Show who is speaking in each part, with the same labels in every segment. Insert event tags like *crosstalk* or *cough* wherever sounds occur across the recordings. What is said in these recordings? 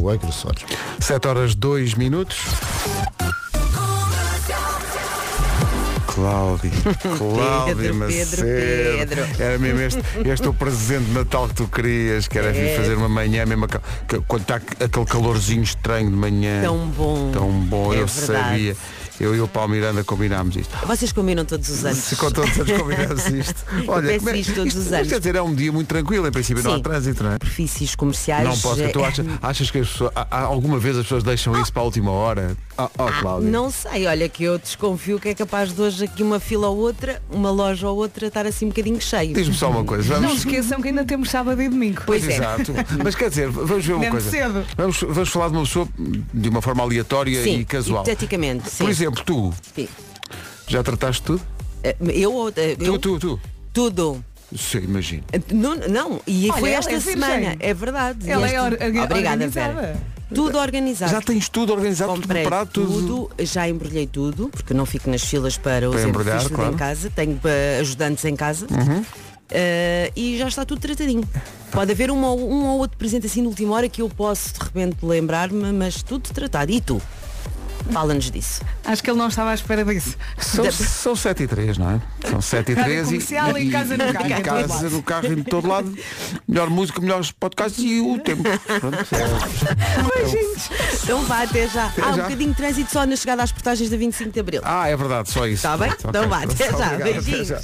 Speaker 1: Lisboa e Grossoros.
Speaker 2: 7 horas 2 minutos. *laughs* Cláudio, Cláudio
Speaker 3: Pedro,
Speaker 2: Macedo.
Speaker 3: Pedro, Pedro.
Speaker 2: Era mesmo este, este é o presente de Natal que tu querias, que era vir
Speaker 3: É.
Speaker 2: fazer uma manhã mesmo aca- que- quando está aquele calorzinho estranho de manhã.
Speaker 3: Tão bom.
Speaker 2: É Tão bom,
Speaker 3: É
Speaker 2: eu
Speaker 3: verdade.
Speaker 2: sabia. Eu e o Paulo Miranda combinámos isto.
Speaker 3: Vocês combinam todos os anos.
Speaker 2: Ficou todos
Speaker 3: *laughs*
Speaker 2: os anos combinados isto.
Speaker 3: Eu peço
Speaker 2: como é-
Speaker 3: isto todos os
Speaker 2: isto-
Speaker 3: anos.
Speaker 2: Quer dizer, é um dia muito tranquilo, em princípio não há
Speaker 3: Sim.
Speaker 2: trânsito, não é?
Speaker 3: Superfícies comerciais.
Speaker 2: Não posso,
Speaker 3: é-
Speaker 2: tu achas, achas que as pessoas, há- há alguma vez as pessoas deixam isso para a última hora? Oh, oh Cláudio.
Speaker 3: ah, Não sei, olha que eu desconfio que é capaz de hoje aqui uma fila ou outra, uma loja ou outra, estar assim um bocadinho cheio.
Speaker 2: Diz-me só uma coisa, vamos.
Speaker 4: Não esqueçam que ainda temos sábado e domingo.
Speaker 3: Pois é.
Speaker 2: Exato. Mas quer dizer, vamos ver uma
Speaker 4: Mesmo
Speaker 2: coisa.
Speaker 4: cedo.
Speaker 2: Vamos, vamos falar de uma pessoa de uma forma aleatória
Speaker 3: Sim,
Speaker 2: e casual.
Speaker 3: hipoteticamente, sim.
Speaker 2: Por exemplo, tu
Speaker 3: Sim.
Speaker 2: já trataste tudo?
Speaker 3: Eh, Eu, ou- eh, eu
Speaker 2: Tu, tu,
Speaker 3: tudo.
Speaker 2: tu. Sim, imagino.
Speaker 3: Eh, Não, não, e
Speaker 4: Olha,
Speaker 3: foi
Speaker 4: ela
Speaker 3: esta
Speaker 4: é virgem.
Speaker 3: semana, é verdade.
Speaker 4: Ela
Speaker 3: E
Speaker 4: é
Speaker 3: esta-
Speaker 4: or- orga-
Speaker 3: Obrigada,
Speaker 4: organizada.
Speaker 3: Vera. Tudo organizado.
Speaker 2: Já tens tudo organizado, tudo
Speaker 3: Comprei
Speaker 2: preparado, tudo.
Speaker 3: tudo, já embrulhei tudo, porque não fico nas filas para os
Speaker 2: Para embrulhar,
Speaker 3: embrulhos
Speaker 2: claro. Uhum.
Speaker 3: em casa, tenho eh, ajudantes em casa Eh, e já está tudo tratadinho. Pode haver um ou, um ou outro presente assim na última hora que eu posso de repente lembrar-me, mas tudo tratado. E tu? Fala-nos disso.
Speaker 4: Acho que ele não estava à espera disso.
Speaker 2: São, são 7 e 3, não é? São 7 e
Speaker 4: Rádio
Speaker 2: 3 e,
Speaker 4: comercial, em casa, no
Speaker 2: e-
Speaker 4: carro,
Speaker 2: em
Speaker 4: em todo
Speaker 2: casa,
Speaker 4: lado.
Speaker 2: no carro, em todo lado. Melhor música, melhores podcasts e o tempo. Pronto, é-
Speaker 3: Então vá até já. Há um
Speaker 2: já.
Speaker 3: bocadinho de trânsito só na chegada às portagens da 25 de Abril.
Speaker 2: Ah, é verdade, só isso.
Speaker 3: Tá bem?
Speaker 2: Pronto,
Speaker 3: Então
Speaker 2: ok.
Speaker 3: vá, até
Speaker 2: Obrigado,
Speaker 3: já.
Speaker 2: até
Speaker 3: Beijinhos.
Speaker 2: já.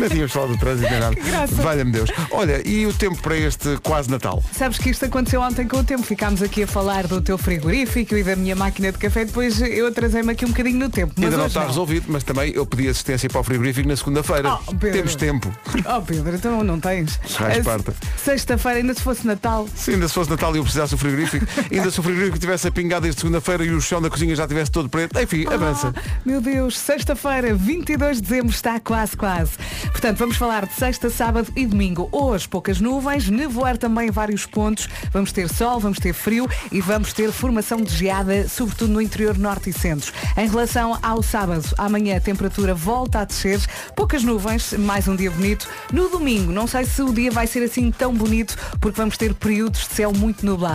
Speaker 2: Não tínhamos falado do trânsito, nem nada. Valha-me Deus. Olha, e o tempo para este quase Natal?
Speaker 4: Sabes que isto aconteceu ontem com o tempo. Ficámos aqui a falar do teu frigorífico e da minha máquina de café. Depois eu atrasei-me aqui um bocadinho no tempo. Mas
Speaker 2: Ainda não
Speaker 4: hoje
Speaker 2: está resolvido, mas também eu pedi assistência para o frigorífico na segunda-feira.
Speaker 4: Oh, Pedro.
Speaker 2: Temos tempo.
Speaker 4: Oh Pedro, então não tens.
Speaker 2: Faz
Speaker 4: Eh,
Speaker 2: parte.
Speaker 4: Sexta-feira, ainda se fosse Natal.
Speaker 2: Se ainda se fosse Natal e eu precisasse do frigorífico, ainda se o frigorífico tivesse a pingar desde segunda-feira e o chão da cozinha já tivesse todo preto, enfim, avança.
Speaker 4: Ah, meu Deus, sexta-feira, 22 de dezembro, está quase, quase. Portanto, vamos falar de sexta, sábado e domingo. Hoje, poucas nuvens, nevoar também em vários pontos. Vamos ter sol, vamos ter frio e vamos ter formação de geada, sobretudo no interior norte e centro. Em relação ao sábado, amanhã a temperatura volta a descer, poucas nuvens, mais um dia bonito. No domingo, não sei se o dia vai ser assim tão bonito, porque vamos ter períodos de céu muito nublado.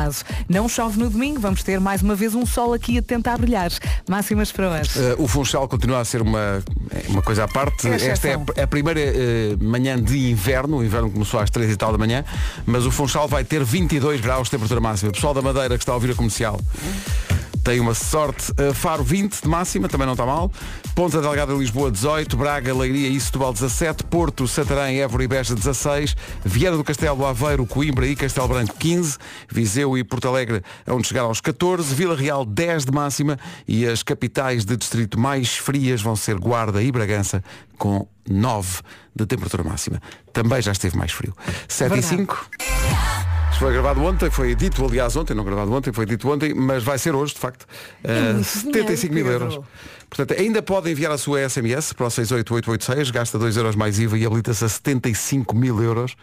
Speaker 4: Não chove no domingo, vamos ter mais uma vez um sol aqui a tentar brilhar. Máximas para hoje.
Speaker 2: Eh, o Funchal continua a ser uma, uma coisa à parte.
Speaker 4: É exceção.
Speaker 2: Esta é a, a primeira eh, manhã de inverno. O inverno começou às 3 e tal da manhã. Mas o Funchal vai ter 22 graus de temperatura máxima. O pessoal da Madeira que está a ouvir a comercial tem uma sorte. Eh, Faro 20 de máxima, também não está mal. Ponta Delgada Lisboa 18. Braga, Leiria e Setúbal 17. Porto, Santarém, Évora e Beja 16. Vieira do Castelo, Aveiro, Coimbra e Castelo Branco 15. Viseu e Porto Alegre onde chegar aos 14. Vila Real 10 de máxima. E as capitais de distrito mais frias vão ser Guarda e Bragança com 9 de temperatura máxima. Também já esteve mais frio. 7 e
Speaker 4: Verdade.
Speaker 2: 5. Isto foi gravado ontem, foi dito, aliás, ontem, não gravado ontem, foi dito ontem, mas vai ser hoje, de facto, eh,
Speaker 4: muito
Speaker 2: 75 mil
Speaker 4: dinheiro,
Speaker 2: euros.
Speaker 4: É um Pedro.
Speaker 2: Portanto, ainda pode enviar a sua SMS para o 68886, gasta 2 euros mais IVA e habilita-se a 75 mil euros.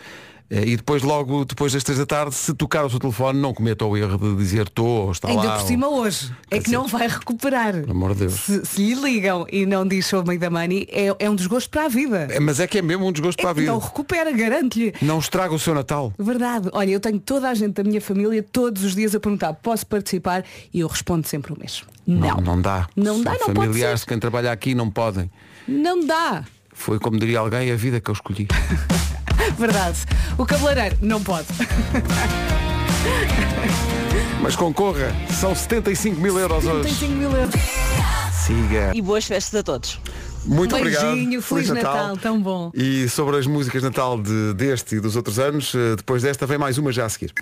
Speaker 2: Eh, E depois, logo depois das 3 da tarde, se tocar o seu telefone, não cometa o erro de dizer estou ou está
Speaker 4: Ainda
Speaker 2: lá.
Speaker 4: por
Speaker 2: ou-
Speaker 4: cima hoje. É que
Speaker 2: dizer,
Speaker 4: não vai recuperar. Pelo
Speaker 2: amor de Deus.
Speaker 4: Se, se lhe ligam e não diz show me da money, é, é um desgosto para a vida.
Speaker 2: Eh, Mas é que é mesmo um desgosto
Speaker 4: É
Speaker 2: para a
Speaker 4: que
Speaker 2: vida.
Speaker 4: Não recupera, garanto-lhe.
Speaker 2: Não estraga o seu Natal.
Speaker 4: Verdade. Olha, eu tenho toda a gente da minha família todos os dias a perguntar, posso participar? E eu respondo sempre o mesmo. Não.
Speaker 2: não, não dá.
Speaker 4: Não dá,
Speaker 2: São
Speaker 4: não pode
Speaker 2: Familiares
Speaker 4: ser.
Speaker 2: de quem trabalha aqui não podem.
Speaker 4: Não dá.
Speaker 2: Foi, como diria alguém, a vida que eu escolhi.
Speaker 4: Verdade. O cabeleireiro não pode.
Speaker 2: Mas concorra, são 75 mil euros hoje.
Speaker 4: 35 mil euros.
Speaker 2: Siga.
Speaker 5: E boas festas a todos.
Speaker 2: Muito
Speaker 4: Um
Speaker 2: obrigado.
Speaker 4: beijinho, Feliz Natal, tão bom.
Speaker 2: E sobre as músicas de Natal de, deste e dos outros anos, eh, depois desta vem mais uma já a seguir.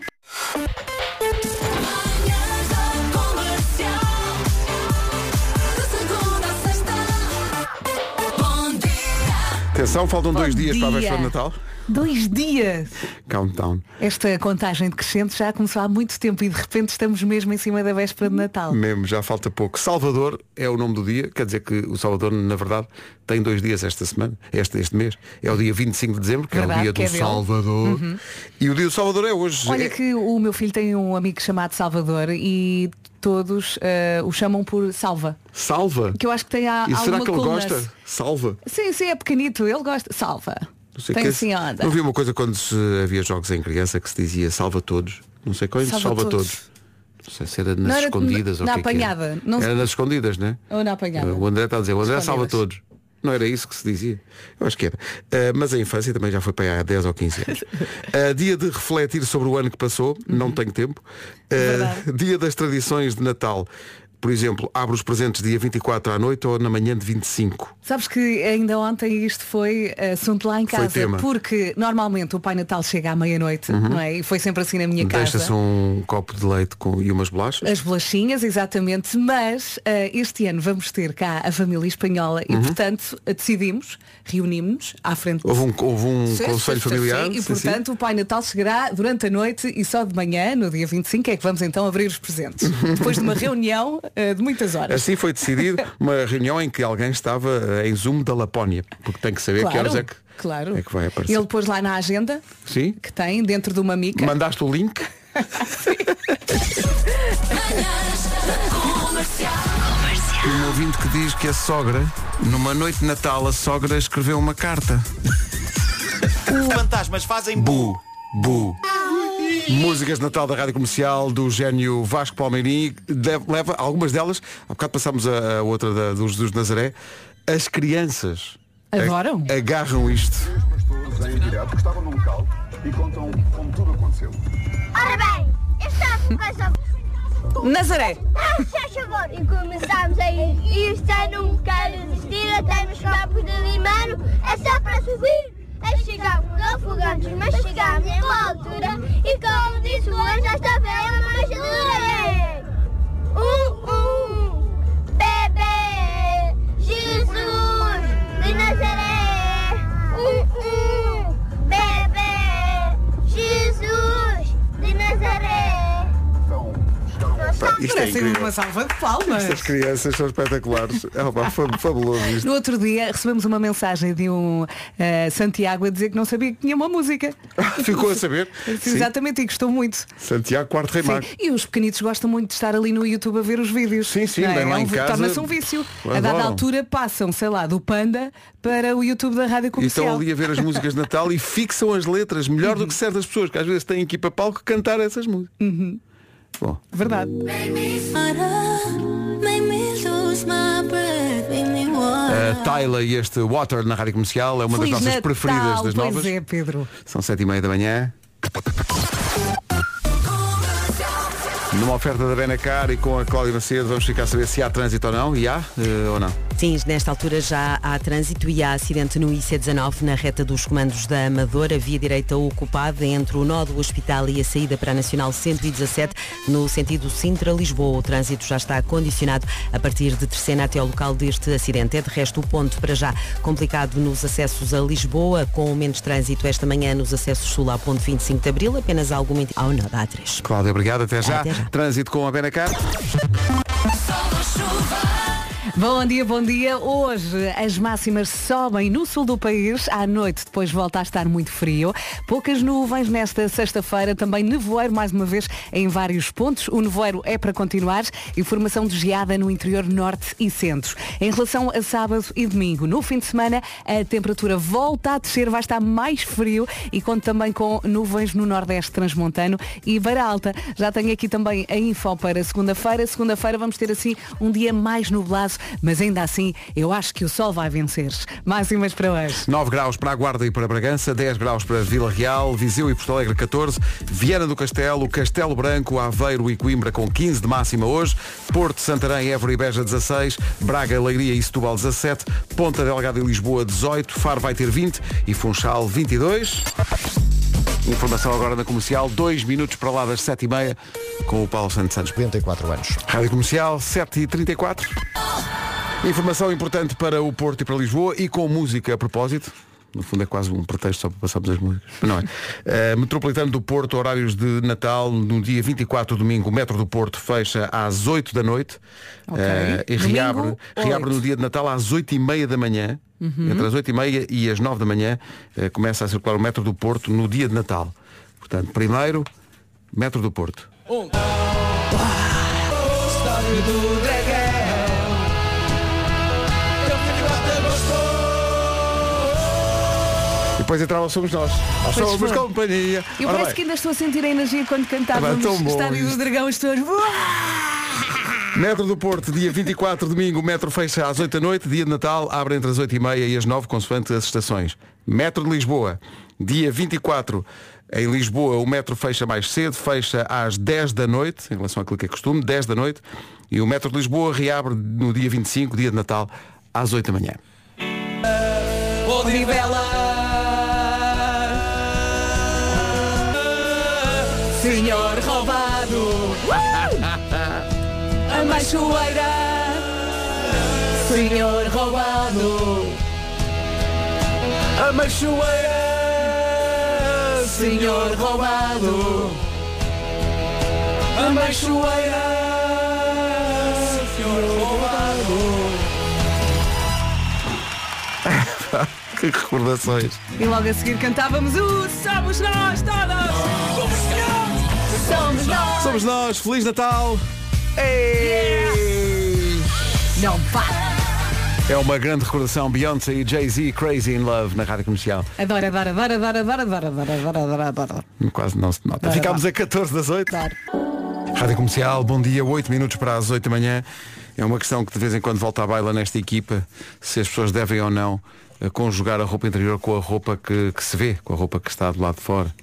Speaker 2: Atenção, faltam dois dias para a véspera de
Speaker 4: dia.
Speaker 2: Natal.
Speaker 4: Dois dias.
Speaker 2: Countdown.
Speaker 4: Esta contagem decrescente já começou há muito tempo e de repente estamos mesmo em cima da véspera de Natal.
Speaker 2: Mesmo, já falta pouco. Salvador é o nome do dia, quer dizer que o Salvador, na verdade, tem dois dias esta semana, este, este mês. É o dia 25 de dezembro, que é
Speaker 4: Verdade,
Speaker 2: o dia
Speaker 4: que é
Speaker 2: do
Speaker 4: dele.
Speaker 2: Salvador. E o dia do Salvador é hoje.
Speaker 4: Olha
Speaker 2: É-
Speaker 4: que o meu filho tem um amigo chamado Salvador e todos eh, o chamam por Salva.
Speaker 2: Salva.
Speaker 4: Que eu acho que tem a,
Speaker 2: E será
Speaker 4: alguma
Speaker 2: que ele
Speaker 4: coluna.
Speaker 2: gosta? Salva.
Speaker 4: Sim, sim, é pequenito, ele gosta. Salva.
Speaker 2: Não sei
Speaker 4: tem
Speaker 2: que é-
Speaker 4: assim onda.
Speaker 2: Não havia uma coisa quando se- havia jogos em criança que se dizia salva todos. Não sei qual é,
Speaker 4: Salva
Speaker 2: salva, todos.
Speaker 4: todos.
Speaker 2: sei se era nas
Speaker 4: Não era
Speaker 2: escondidas ou
Speaker 4: na-
Speaker 2: o
Speaker 4: na
Speaker 2: que é que era.
Speaker 4: apanhada, não se-
Speaker 2: Era nas escondidas, né?
Speaker 4: Ou na apanhada.
Speaker 2: O André está a dizer, o André
Speaker 4: Escondidas.
Speaker 2: salva todos. Não era isso que se dizia? Eu acho que era. Ah, mas a infância também já foi para aí há 10 ou 15
Speaker 4: *laughs*
Speaker 2: anos. Ah, dia de refletir sobre o ano que passou, não tenho tempo. Ah,
Speaker 4: Uhum. Verdade.
Speaker 2: *laughs* dia das tradições de Natal. Por exemplo, abre os presentes dia 24 à noite ou na manhã de 25.
Speaker 4: Sabes que ainda ontem isto foi eh, assunto lá em
Speaker 2: Foi
Speaker 4: casa,
Speaker 2: tema. Uhum.
Speaker 4: porque normalmente o Pai Natal chega à meia-noite, não é? E foi sempre assim na minha
Speaker 2: Deixa-se
Speaker 4: casa.
Speaker 2: um copo de leite com, e umas bolachas.
Speaker 4: As bolachinhas, exatamente, mas eh, este ano vamos ter cá a família espanhola e, portanto, eh, decidimos, reunimos-nos à frente do
Speaker 2: Uhum. Houve um, houve um
Speaker 4: Sim,
Speaker 2: conselho
Speaker 4: sim,
Speaker 2: familiar.
Speaker 4: sim, e
Speaker 2: sim, sim.
Speaker 4: portanto o Pai Natal chegará durante a noite e só de manhã, no dia 25, é que vamos então abrir
Speaker 2: *laughs*
Speaker 4: os presentes. Depois de uma reunião eh, de muitas horas.
Speaker 2: Assim foi decidido uma reunião em que alguém estava eh, em Zoom da Lapónia, porque tem que saber que horas é que,
Speaker 4: claro.
Speaker 2: é que vai aparecer.
Speaker 4: Ele pôs lá na agenda
Speaker 2: Sim?
Speaker 4: que tem dentro de uma mica.
Speaker 2: Mandaste o link? Um ouvinte que diz que a sogra, numa noite de Natal, a sogra escreveu uma carta.
Speaker 1: Fantasmas fazem
Speaker 2: Bu, bu. Músicas de Natal da Rádio Comercial do gênio Vasco Palmeirim deve- leva algumas delas, há bocado passámos a, a outra da- dos, dos Nazaré, as crianças
Speaker 4: Adoram.
Speaker 2: a- agarram isto.
Speaker 5: Todos em direto que estavam no local e contam como tudo aconteceu.
Speaker 6: Ora bem, esta educação
Speaker 4: Nazaré,
Speaker 6: faz favor. E começámos a ir. E isto é já não quer desistir. Até nos campos de Limano. É só para subir. É chegámos afogados, mas chegámos a uma altura. E como disse hoje, já está bem, mas adorei. Um, um, bebê. Jesus de Nazaré. Um, um, bebê. Jesus de Nazaré.
Speaker 5: Então, chegaram ao
Speaker 6: Nós
Speaker 2: Isto é
Speaker 4: parecem
Speaker 2: incrível. é
Speaker 4: uma salva de palmas.
Speaker 2: Estas crianças são espetaculares. É pá, fa- fabuloso isto.
Speaker 4: No outro dia recebemos uma mensagem de um eh, Santiago a dizer que não sabia que tinha uma
Speaker 2: *laughs*
Speaker 4: música. assim
Speaker 2: Ficou a saber? Sim.
Speaker 4: Exatamente, e gostou muito.
Speaker 2: Santiago Quarto Rei Mago.
Speaker 4: Sim, e os pequenitos gostam muito de estar ali no YouTube a ver os vídeos.
Speaker 2: Sim, sim,
Speaker 4: Não
Speaker 2: bem lá
Speaker 4: É um
Speaker 2: em
Speaker 4: vi-
Speaker 2: casa,
Speaker 4: Torna-se um vício. A dada
Speaker 2: adoram.
Speaker 4: altura passam, sei lá, do Panda para o YouTube da Rádio
Speaker 2: E estão
Speaker 4: Comercial.
Speaker 2: ali a ver as músicas de Natal e fixam as letras melhor do que
Speaker 4: Uhum.
Speaker 2: certas pessoas que às vezes têm aqui para palco cantar essas músicas.
Speaker 4: Uhum.
Speaker 2: Bom,
Speaker 4: Verdade.
Speaker 2: a Tyla e este Water na rádio comercial é uma
Speaker 4: Ah. Feliz
Speaker 2: das nossas
Speaker 4: Natal,
Speaker 2: preferidas das
Speaker 4: pois
Speaker 2: novas.
Speaker 4: é, Pedro.
Speaker 2: São sete e meia da manhã. Numa oferta da Benacar e com a Cláudia Macedo vamos ficar a saber se há trânsito ou não. E há eh, ou não?
Speaker 3: Sim, nesta altura já há trânsito e há acidente no IC19 na reta dos comandos da Amadora, via direita ocupada entre o nó do hospital e a saída para a Nacional 117 no sentido Sintra-Lisboa. O trânsito já está condicionado a partir de Terceira até ao local deste acidente. É de resto o ponto para já complicado nos acessos a Lisboa, com menos trânsito esta manhã nos acessos sul ao ponto 25 de Abril, apenas alguma indi- ao nó da A3.
Speaker 2: Cláudia, obrigado. Até já.
Speaker 3: Até já.
Speaker 2: Trânsito com a Benacar.
Speaker 4: Bom dia, bom dia. Hoje as máximas sobem no sul do país. À noite depois volta a estar muito frio. Poucas nuvens nesta sexta-feira. Também nevoeiro mais uma vez em vários pontos. O nevoeiro é para continuar e formação de geada no interior norte e centro. Em relação a sábado e domingo, no fim de semana a temperatura volta a descer, vai estar mais frio e conta também com nuvens no nordeste transmontano e beira alta. Já tenho aqui também a info para segunda-feira. Segunda-feira vamos ter assim um dia mais nublado, mas ainda assim eu acho que o sol vai vencer. Máximas para hoje.
Speaker 2: 9 graus para a Guarda e para Bragança, 10 graus para Vila Real, Viseu e Porto Alegre 14, Viana do Castelo, Castelo Branco, Aveiro e Coimbra com 15 de máxima hoje, Porto, Santarém, Évora e Beja 16, Braga, Leiria e Setúbal 17, Ponta Delgada e Lisboa 18, Faro vai ter 20 e Funchal 22. Informação agora na comercial, 2 minutos para lá das 7h30 com o Paulo Santos Santos.
Speaker 7: 44 anos.
Speaker 2: Rádio Comercial, 7h34. Informação importante para o Porto e para Lisboa e com música a propósito. No fundo é quase um pretexto só para passarmos as músicas. Mas
Speaker 4: *laughs*
Speaker 2: Não é? Eh, Metropolitano do Porto, horários de Natal, no dia 24, domingo, o Metro do Porto fecha às 8 da noite
Speaker 4: Ok.
Speaker 2: Eh, e
Speaker 4: Domingo,
Speaker 2: reabre, reabre no
Speaker 4: oito. Uhum.
Speaker 2: dia de Natal às 8 e meia da manhã. Entre as 8 e meia e as 9 da manhã eh, começa a circular o Metro do Porto no dia de Natal. Portanto, primeiro, Metro do Porto. E depois entrava Somos Nós. Somos
Speaker 4: foi.
Speaker 2: companhia.
Speaker 4: Eu
Speaker 2: Ora
Speaker 4: parece que
Speaker 2: bem,
Speaker 4: ainda estou a sentir a energia quando cantávamos
Speaker 2: tão bom
Speaker 4: Estádio
Speaker 2: isto.
Speaker 4: do Dragão, as pessoas. "Uau!"
Speaker 2: Metro do Porto, dia 24, domingo, o metro fecha às 8 da noite, dia de Natal, abre entre as 8 e meia e as 9, consoante as estações. Metro de Lisboa, dia 24, em Lisboa, o metro fecha mais cedo, fecha às 10 da noite, em relação àquilo que é costume, 10 da noite, e o metro de Lisboa reabre no dia 25, dia de Natal, às 8 da manhã.
Speaker 4: Senhor roubado. *laughs* A machoeira. Senhor roubado.
Speaker 2: A Machoeira,
Speaker 4: Senhor roubado. A machoeira. Senhor roubado.
Speaker 2: Que recordações.
Speaker 4: E logo a seguir cantávamos o Somos Nós Todos. Somos Nós.
Speaker 2: Somos nós, Feliz Natal!
Speaker 4: Não, pá.
Speaker 2: É uma grande recordação, Beyoncé e Jay-Z, Crazy in Love, na Rádio Comercial.
Speaker 4: Adoro, adoro, adoro, adoro, adoro, adoro, adoro, adoro, adoro, adoro.
Speaker 2: Quase não se nota.
Speaker 4: Vai,
Speaker 2: Ficámos a 14 das 8.
Speaker 4: Adoro.
Speaker 2: Rádio Comercial, bom dia, 8 minutos para as 8 da manhã. É uma questão que de vez em quando volta à baila nesta equipa, se as pessoas devem ou não eh, conjugar a roupa interior com a roupa que, que se vê, com a roupa que está do lado de fora.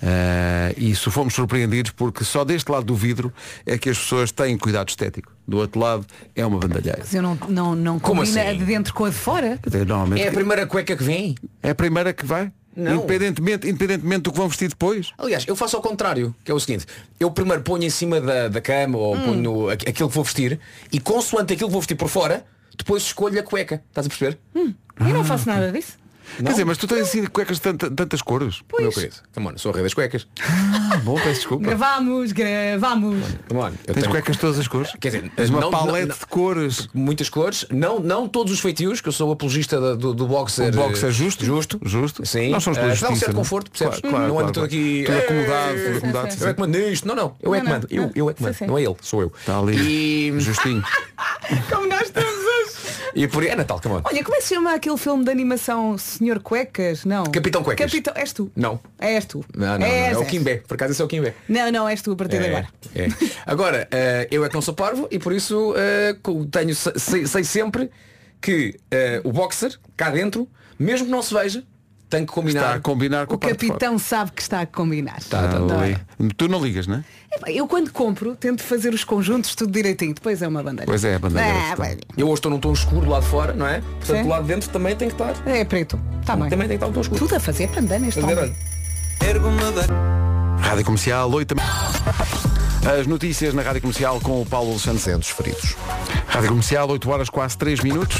Speaker 2: Eh, e isso fomos surpreendidos porque só deste lado do vidro é que as pessoas têm cuidado estético. Do outro lado é uma bandalheira.
Speaker 4: Mas eu não, não, não
Speaker 1: Como
Speaker 4: combina
Speaker 1: assim?
Speaker 4: a de dentro com a de fora.
Speaker 2: Quer dizer, Normalmente
Speaker 1: É a primeira cueca que vem?
Speaker 2: É a primeira que vai?
Speaker 1: Não.
Speaker 2: Independentemente, independentemente do que vão vestir depois.
Speaker 1: Aliás, eu faço ao contrário, que é o seguinte, eu primeiro ponho em cima da, da cama
Speaker 2: Hum.
Speaker 1: ou ponho no- aqu- aquilo que vou vestir e consoante aquilo que vou vestir por fora, depois escolho a cueca. Estás a perceber?
Speaker 4: Eu não faço nada disso.
Speaker 2: Quer dizer, mas tu tens assim cuecas de tanta- tantas cores.
Speaker 1: Meu querido, come on, sou a rei das cuecas.
Speaker 2: Ah, bom, peço desculpa.
Speaker 4: Gravamos, gravamos.
Speaker 1: Come on,
Speaker 2: Tens
Speaker 1: eu tenho
Speaker 2: cuecas de todas as cores.
Speaker 1: Quer dizer,
Speaker 2: tens uma
Speaker 1: não-
Speaker 2: palete
Speaker 1: não-
Speaker 2: de cores.
Speaker 1: muitas cores, não, não todos os feitios, que eu sou apologista da- do, do boxer.
Speaker 2: O box é justo?
Speaker 1: Justo.
Speaker 2: Justo.
Speaker 1: Sim.
Speaker 2: Nós somos pela
Speaker 1: Eh, dá um
Speaker 2: justiça,
Speaker 1: certo
Speaker 2: não é?
Speaker 1: conforto, percebes?
Speaker 2: Claro, claro,
Speaker 1: não
Speaker 2: claro,
Speaker 1: ando todo aqui. eh,
Speaker 2: claro. Tudo acomodado,
Speaker 1: "Ei,
Speaker 2: tudo acomodado, sim,
Speaker 1: Eu é que mando nisto. Não, não. Eu é que
Speaker 4: Não, não,
Speaker 1: mando. Eu,
Speaker 4: não.
Speaker 1: eu é que
Speaker 4: Sim,
Speaker 1: mando.
Speaker 4: sim.
Speaker 1: Não é ele,
Speaker 2: *laughs*
Speaker 1: sou eu.
Speaker 2: Está ali.
Speaker 1: E,
Speaker 2: *laughs*
Speaker 1: ah,
Speaker 2: Justinho.
Speaker 4: Como nós estamos hoje.
Speaker 1: e por aí. É Natal, come on.
Speaker 4: Olha, como é que se chama aquele filme de animação Senhor Cuecas? Não.
Speaker 1: Capitão Cuecas.
Speaker 4: Capitão, és tu.
Speaker 1: Não.
Speaker 4: É, És tu.
Speaker 1: Não, não, não.
Speaker 4: És,
Speaker 1: É o
Speaker 4: és.
Speaker 1: Kimbé. Por acaso esse é o Kimbé.
Speaker 4: Não, não, és tu a partir de agora.
Speaker 1: É. Agora, eh, eu é que não sou parvo e por isso eh, co- tenho, se- sei, sei sempre que eh, o boxer, cá dentro, mesmo que não se veja, tem que
Speaker 2: Está
Speaker 1: combinar.
Speaker 2: a combinar com
Speaker 4: O
Speaker 2: a parte de fora.
Speaker 4: capitão sabe que está a combinar.
Speaker 1: tá, tá.
Speaker 2: Ali. Tu não ligas, não é?
Speaker 4: É pá, Eu quando compro, tento fazer os conjuntos tudo direitinho. Depois é uma bandeira.
Speaker 2: Pois é, a bandeira
Speaker 4: Ah,
Speaker 2: que está.
Speaker 4: bem.
Speaker 1: Eu hoje estou num tom escuro lá de fora, não é? Portanto,
Speaker 4: Sim.
Speaker 1: do lado de dentro também tem que estar.
Speaker 4: É preto. Está bem.
Speaker 1: Também tem que estar um tom escuro.
Speaker 4: Tudo a fazer bandana este
Speaker 1: Estás a ver,
Speaker 4: homem.
Speaker 1: olha?
Speaker 2: Rádio Comercial, 8 As notícias na Rádio Comercial com o Paulo Santos Santos Feridos. Rádio Comercial, 8 horas, quase 3 minutos.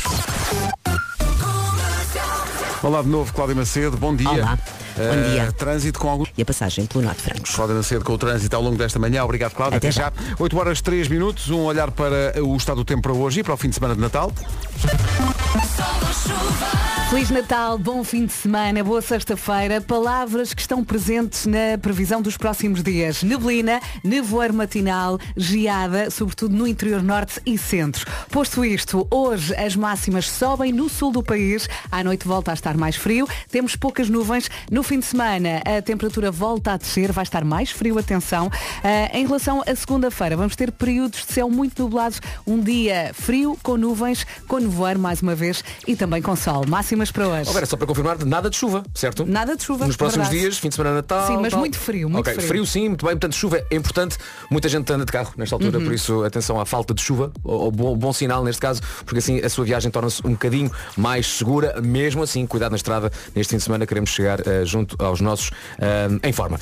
Speaker 2: Olá de novo, Cláudia Macedo, bom dia.
Speaker 3: Olá, bom
Speaker 2: Eh,
Speaker 3: dia.
Speaker 2: Trânsito com alguns.
Speaker 3: E a passagem pelo Norte Francos.
Speaker 2: Cláudia Macedo com o trânsito ao longo desta manhã. Obrigado, Cláudia.
Speaker 3: Até
Speaker 2: já. 8 horas, 3 minutos. Um olhar para o estado do tempo para hoje e para o fim de semana de Natal.
Speaker 4: Feliz Natal, bom fim de semana, boa sexta-feira. Palavras que estão presentes na previsão dos próximos dias. Neblina, nevoeiro matinal, geada, sobretudo no interior norte e centro. Posto isto, hoje as máximas sobem no sul do país. À noite volta a estar mais frio. Temos poucas nuvens. No fim de semana a temperatura volta a descer, vai estar mais frio, atenção. Ah, em relação à segunda-feira, vamos ter períodos de céu muito nublados. Um dia frio, com nuvens, com nevoeiro mais uma vez e também com sol. Máximas para hoje.
Speaker 1: Agora, só para confirmar, nada de chuva, certo?
Speaker 4: Nada de chuva.
Speaker 1: Nos próximos
Speaker 4: verdade.
Speaker 1: dias, fim de semana Natal.
Speaker 4: Sim, mas
Speaker 1: tal.
Speaker 4: muito frio, muito
Speaker 1: Ok,
Speaker 4: frio.
Speaker 1: sim, muito bem. Portanto, chuva é importante. Muita gente anda de carro nesta altura, por isso atenção à falta de chuva, ou, ou bom, bom sinal neste caso, porque assim a sua viagem torna-se um bocadinho mais segura. Mesmo assim, cuidado na estrada. Neste fim de semana queremos chegar eh, junto aos nossos eh, em forma.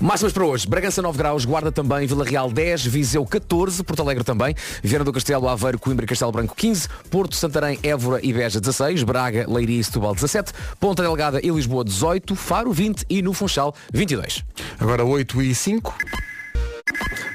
Speaker 1: Máximas para hoje. Bragança 9 graus, Guarda também, Vila Real 10, Viseu 14, Porto Alegre também, Viana do Castelo, Aveiro, Coimbra e Castelo Branco 15, Porto, Santarém, Évora e Beja 16, Braga, Leiria e Setúbal 17, Ponta Delgada e Lisboa 18, Faro 20 e no Funchal 22.
Speaker 2: Agora 8 e 5.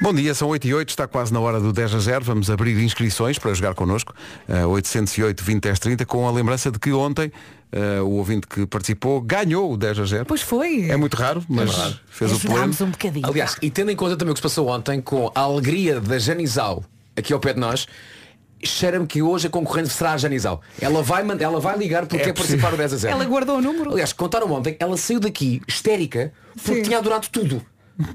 Speaker 2: Bom dia, são 8 e 8, está quase na hora do 10 a 0. Vamos abrir inscrições para jogar connosco. eh, 808 20 10 30, com a lembrança de que ontem eh, o ouvinte que participou ganhou o 10 a 0.
Speaker 4: Pois foi.
Speaker 2: É muito raro, mas fez o pleno.
Speaker 4: Ajudámos um bocadinho.
Speaker 1: Aliás, e tendo em conta também o que se passou ontem com a alegria da Janizal aqui ao pé de nós, cheira-me que hoje a concorrente será a Janizal. Ela vai, mand- ela vai ligar porque
Speaker 2: É
Speaker 1: é participar do 10 a 0.
Speaker 4: Ela guardou o número?
Speaker 1: Aliás, contaram ontem, ela saiu daqui histérica porque
Speaker 4: Sim.
Speaker 1: tinha adorado tudo.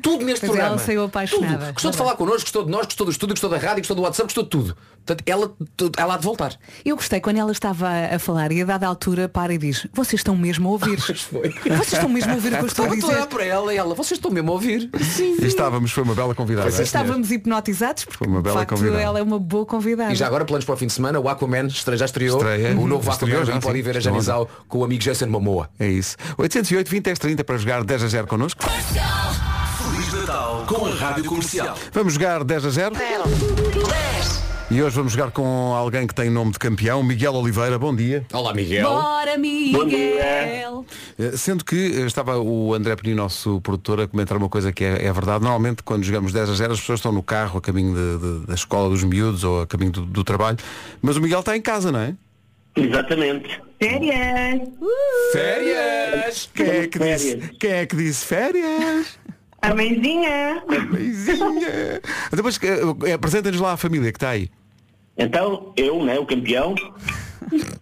Speaker 1: Tudo neste
Speaker 4: Pois é,
Speaker 1: programa.
Speaker 4: ela saiu apaixonada. é
Speaker 1: Tudo. Gostou de
Speaker 4: Verdade.
Speaker 1: falar connosco, gostou de nós, gostou do estúdio, gostou da rádio, gostou do WhatsApp, gostou de tudo. Portanto, ela, ela há de voltar.
Speaker 4: Eu gostei quando ela estava a falar e a dada altura para e diz, vocês estão mesmo a ouvir.
Speaker 1: foi.
Speaker 4: Vocês estão mesmo a ouvir o que eu estou a
Speaker 1: Estava toda a
Speaker 4: dizer.
Speaker 1: olhar para ela e ela, vocês estão mesmo a ouvir. Sim.
Speaker 2: E estávamos, foi uma bela convidada.
Speaker 1: Pois é,
Speaker 4: Estávamos hipnotizados porque
Speaker 2: Foi uma bela
Speaker 4: de facto,
Speaker 2: convidada.
Speaker 4: ela é uma boa convidada.
Speaker 1: E já agora planos para o fim de semana, o Aquaman estre- já estreou
Speaker 2: Estreia.
Speaker 1: o novo
Speaker 2: Estreou
Speaker 1: Aquaman
Speaker 2: já,
Speaker 1: e pode
Speaker 2: sim.
Speaker 1: ir ver a
Speaker 2: Estreou
Speaker 1: Janizal com o amigo Jason Momoa.
Speaker 2: É isso. 808 20 10 30 para jogar 10 a 0 connosco.
Speaker 6: Feliz Natal com a Rádio Comercial.
Speaker 2: Vamos jogar 10 a 0. E hoje vamos jogar com alguém que tem nome de campeão, Miguel Oliveira. Bom dia.
Speaker 1: Olá Miguel.
Speaker 4: Bora, Miguel!
Speaker 2: Eh, Sendo que eh, estava o André Penin, nosso produtor, a comentar uma coisa que é, é verdade. Normalmente, quando jogamos 10 a 0, as pessoas estão no carro, a caminho de- de- da escola dos miúdos ou a caminho do, do trabalho. Mas o Miguel está em casa, não é?
Speaker 8: Exatamente.
Speaker 9: Férias!
Speaker 1: Férias!
Speaker 2: Quem é que disse,
Speaker 8: Férias.
Speaker 2: quem é que disse férias?
Speaker 9: A mãezinha!
Speaker 2: Mãezinha. *laughs* Depois que, eh, apresenta-nos lá a família que está aí.
Speaker 8: Então, eu, né,
Speaker 9: *laughs*
Speaker 8: o campeão,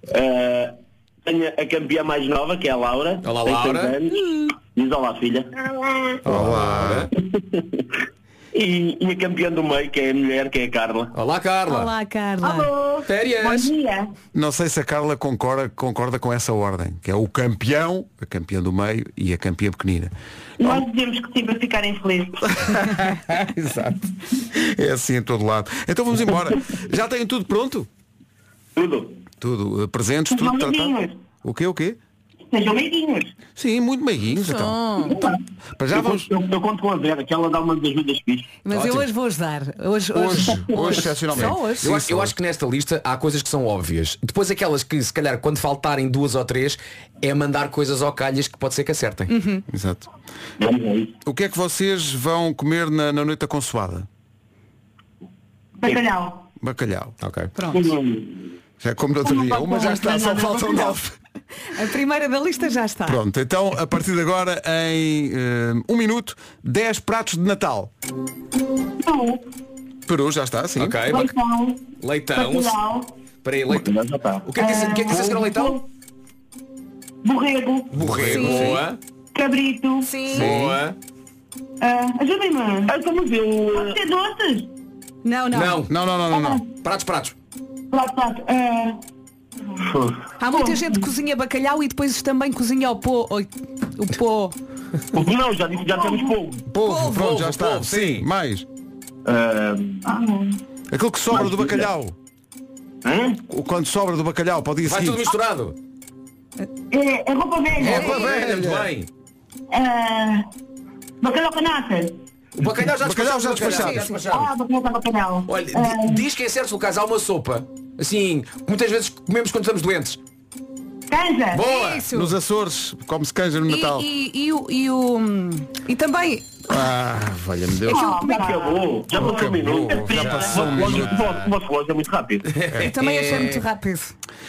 Speaker 8: eh, tenho a campeã mais nova, que é a Laura.
Speaker 1: Olá,
Speaker 8: tem seis
Speaker 1: Laura.
Speaker 8: anos. Diz olá, filha.
Speaker 2: Olá.
Speaker 8: *laughs* E, e a campeã do meio, que é a mulher, que é a Carla.
Speaker 1: Olá Carla.
Speaker 4: Olá, Carla.
Speaker 9: Alô! Bom
Speaker 1: Férias!
Speaker 9: dia!
Speaker 2: Não sei se a Carla concorda, concorda com essa ordem, que é o campeão, a campeã do meio e a campeã *laughs* pequenina.
Speaker 9: Nós dizemos que sim para ficarem felizes.
Speaker 2: Exato. É assim em todo lado. Então vamos embora. Já têm tudo pronto?
Speaker 8: Tudo.
Speaker 2: Tudo. eh, Presentes,
Speaker 9: Sejam
Speaker 2: tudo tratado.
Speaker 9: amiguinhos.
Speaker 2: O quê, o quê?
Speaker 9: Sejam amiguinhos!
Speaker 2: Sim, muito meiguinhos então. Para já
Speaker 8: Eu,
Speaker 2: vamos.
Speaker 8: conto- eu, eu conto com a Vera, que ela dá umas ajudas fixe.
Speaker 4: Mas eu hoje vou ajudar. Hoje, hoje.
Speaker 2: Hoje, hoje, excepcionalmente.
Speaker 4: Só hoje.
Speaker 1: Eu acho, eu acho que nesta lista há coisas que são óbvias. Depois aquelas que se calhar quando faltarem duas ou três é mandar coisas ao calhas que pode ser que acertem.
Speaker 2: Uhum. Exato.
Speaker 8: Vamos a isso.
Speaker 2: O que é que vocês vão comer na, na noite da consoada?
Speaker 9: Bacalhau!
Speaker 2: Bacalhau. Ok.
Speaker 8: Hum,
Speaker 2: Já é como no outro
Speaker 9: Não
Speaker 2: dia.
Speaker 9: vai
Speaker 2: Uma
Speaker 9: comer
Speaker 2: já está, só
Speaker 9: nada,
Speaker 2: faltam
Speaker 9: não.
Speaker 2: nove.
Speaker 4: A primeira da lista já está.
Speaker 2: Pronto, então a partir de agora, em eh, um minuto, 10 pratos de Natal.
Speaker 9: Peru!
Speaker 2: Peru, já está, sim.
Speaker 1: Ok, bac-
Speaker 9: Leitão!
Speaker 1: leitão.
Speaker 9: Bacalhau!
Speaker 1: Espera aí, leitão.
Speaker 8: já está.
Speaker 1: O que é que disse, o que é que disse a senhora leitão?
Speaker 9: Borrego!
Speaker 1: Borrego. Boa.
Speaker 9: Cabrito!
Speaker 1: Boa.
Speaker 9: Ah, Ajudem-me!
Speaker 8: Ah, então, mas eu...
Speaker 9: Pode ser doces!
Speaker 4: Não, não.
Speaker 1: Não.
Speaker 2: Não, não, não, não, não.
Speaker 1: Pratos, pratos.
Speaker 9: Lá está! Ah,
Speaker 4: Há muita gente que cozinha bacalhau e depois também cozinha o pô. O, o pô.
Speaker 8: Não, já, disse- já temos pouco.
Speaker 2: Polvo,
Speaker 1: Polvo,
Speaker 2: pronto, já
Speaker 1: polvo,
Speaker 2: está.
Speaker 1: polvo, sim.
Speaker 2: Mais.
Speaker 8: Ah,
Speaker 2: Aquilo que sobra
Speaker 8: Mais
Speaker 2: do
Speaker 8: filha.
Speaker 2: bacalhau.
Speaker 8: hum?
Speaker 2: O- Quando sobra do bacalhau, pode ir
Speaker 1: Vai tudo
Speaker 2: seguir.
Speaker 1: misturado.
Speaker 9: é, é roupa velha!
Speaker 1: Opa, velha, muito bem.
Speaker 9: Ah, bacalhau com natas!
Speaker 1: O bacalhau já
Speaker 2: Bacalhau
Speaker 1: despachado.
Speaker 2: já despachado.
Speaker 1: já despachado.
Speaker 9: Ah, bacalhau com bacalhau! Ah,
Speaker 1: Olha, di-
Speaker 8: Ah.
Speaker 1: diz que é certo Lucas, há uma sopa. Assim, que muitas vezes comemos quando estamos doentes.
Speaker 9: Canja!
Speaker 8: É
Speaker 1: Boa!
Speaker 4: É Isso.
Speaker 2: Nos Açores, come-se canja no
Speaker 4: E,
Speaker 2: Natal.
Speaker 4: e, e, o- e o. E também. É
Speaker 2: Ah, valha-me Deus.
Speaker 9: Oh,
Speaker 8: é Acabou. Já passou um minuto.
Speaker 2: Acabou, já passou um
Speaker 8: Uma- uma-
Speaker 2: minuto.
Speaker 8: uma- Uma relógio é muito rápido.
Speaker 4: Eu também achei muito rápido.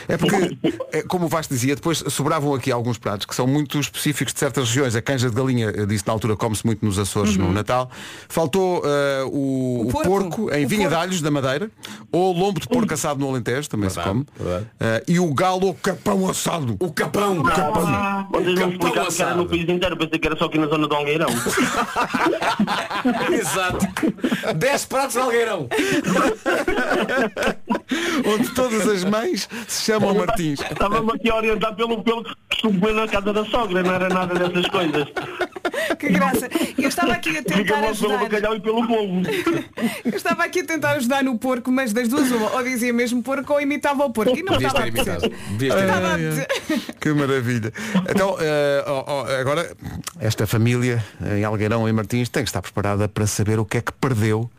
Speaker 2: É porque, é, como o Vasco dizia, depois sobravam aqui alguns pratos que são muito específicos de certas regiões. A canja de galinha, eh, disse na altura, come-se muito nos Açores no Natal. Faltou eh, o,
Speaker 4: O
Speaker 2: o porco,
Speaker 4: porco.
Speaker 2: em
Speaker 4: O
Speaker 2: Vinha
Speaker 4: porco.
Speaker 2: de Alhos, da Madeira, ou lombo de porco assado no Alentejo, também se come.
Speaker 1: verdade.
Speaker 2: Eh, e o galo ou capão assado.
Speaker 1: O capão!
Speaker 8: Ah, Vocês não explicaram que era no país inteiro, pensei que era só aqui na zona do Algueirão.
Speaker 1: *laughs* Exato! 10 pratos de algueirão!
Speaker 2: onde todas as mães se chamam Martins.
Speaker 8: Estava-me aqui a orientar pelo pelo que costumo comer na casa da sogra, não era nada dessas coisas.
Speaker 4: Que graça. Eu estava aqui a
Speaker 8: Fica
Speaker 4: tentar
Speaker 8: logo pelo
Speaker 4: ajudar.
Speaker 8: bacalhau e pelo povo.
Speaker 4: Eu estava aqui a tentar ajudar no porco, mas das duas uma. Ou dizia mesmo porco ou imitava o porco. E não
Speaker 1: Devias
Speaker 4: estava
Speaker 1: ter
Speaker 4: a dizer.
Speaker 1: imitado. Devias ter imitado.
Speaker 4: Estava a dizer.
Speaker 2: Que maravilha. Então, eh, ó, ó, agora, esta família eh, em Algueirão e Martins tem que estar preparada para saber o que é que perdeu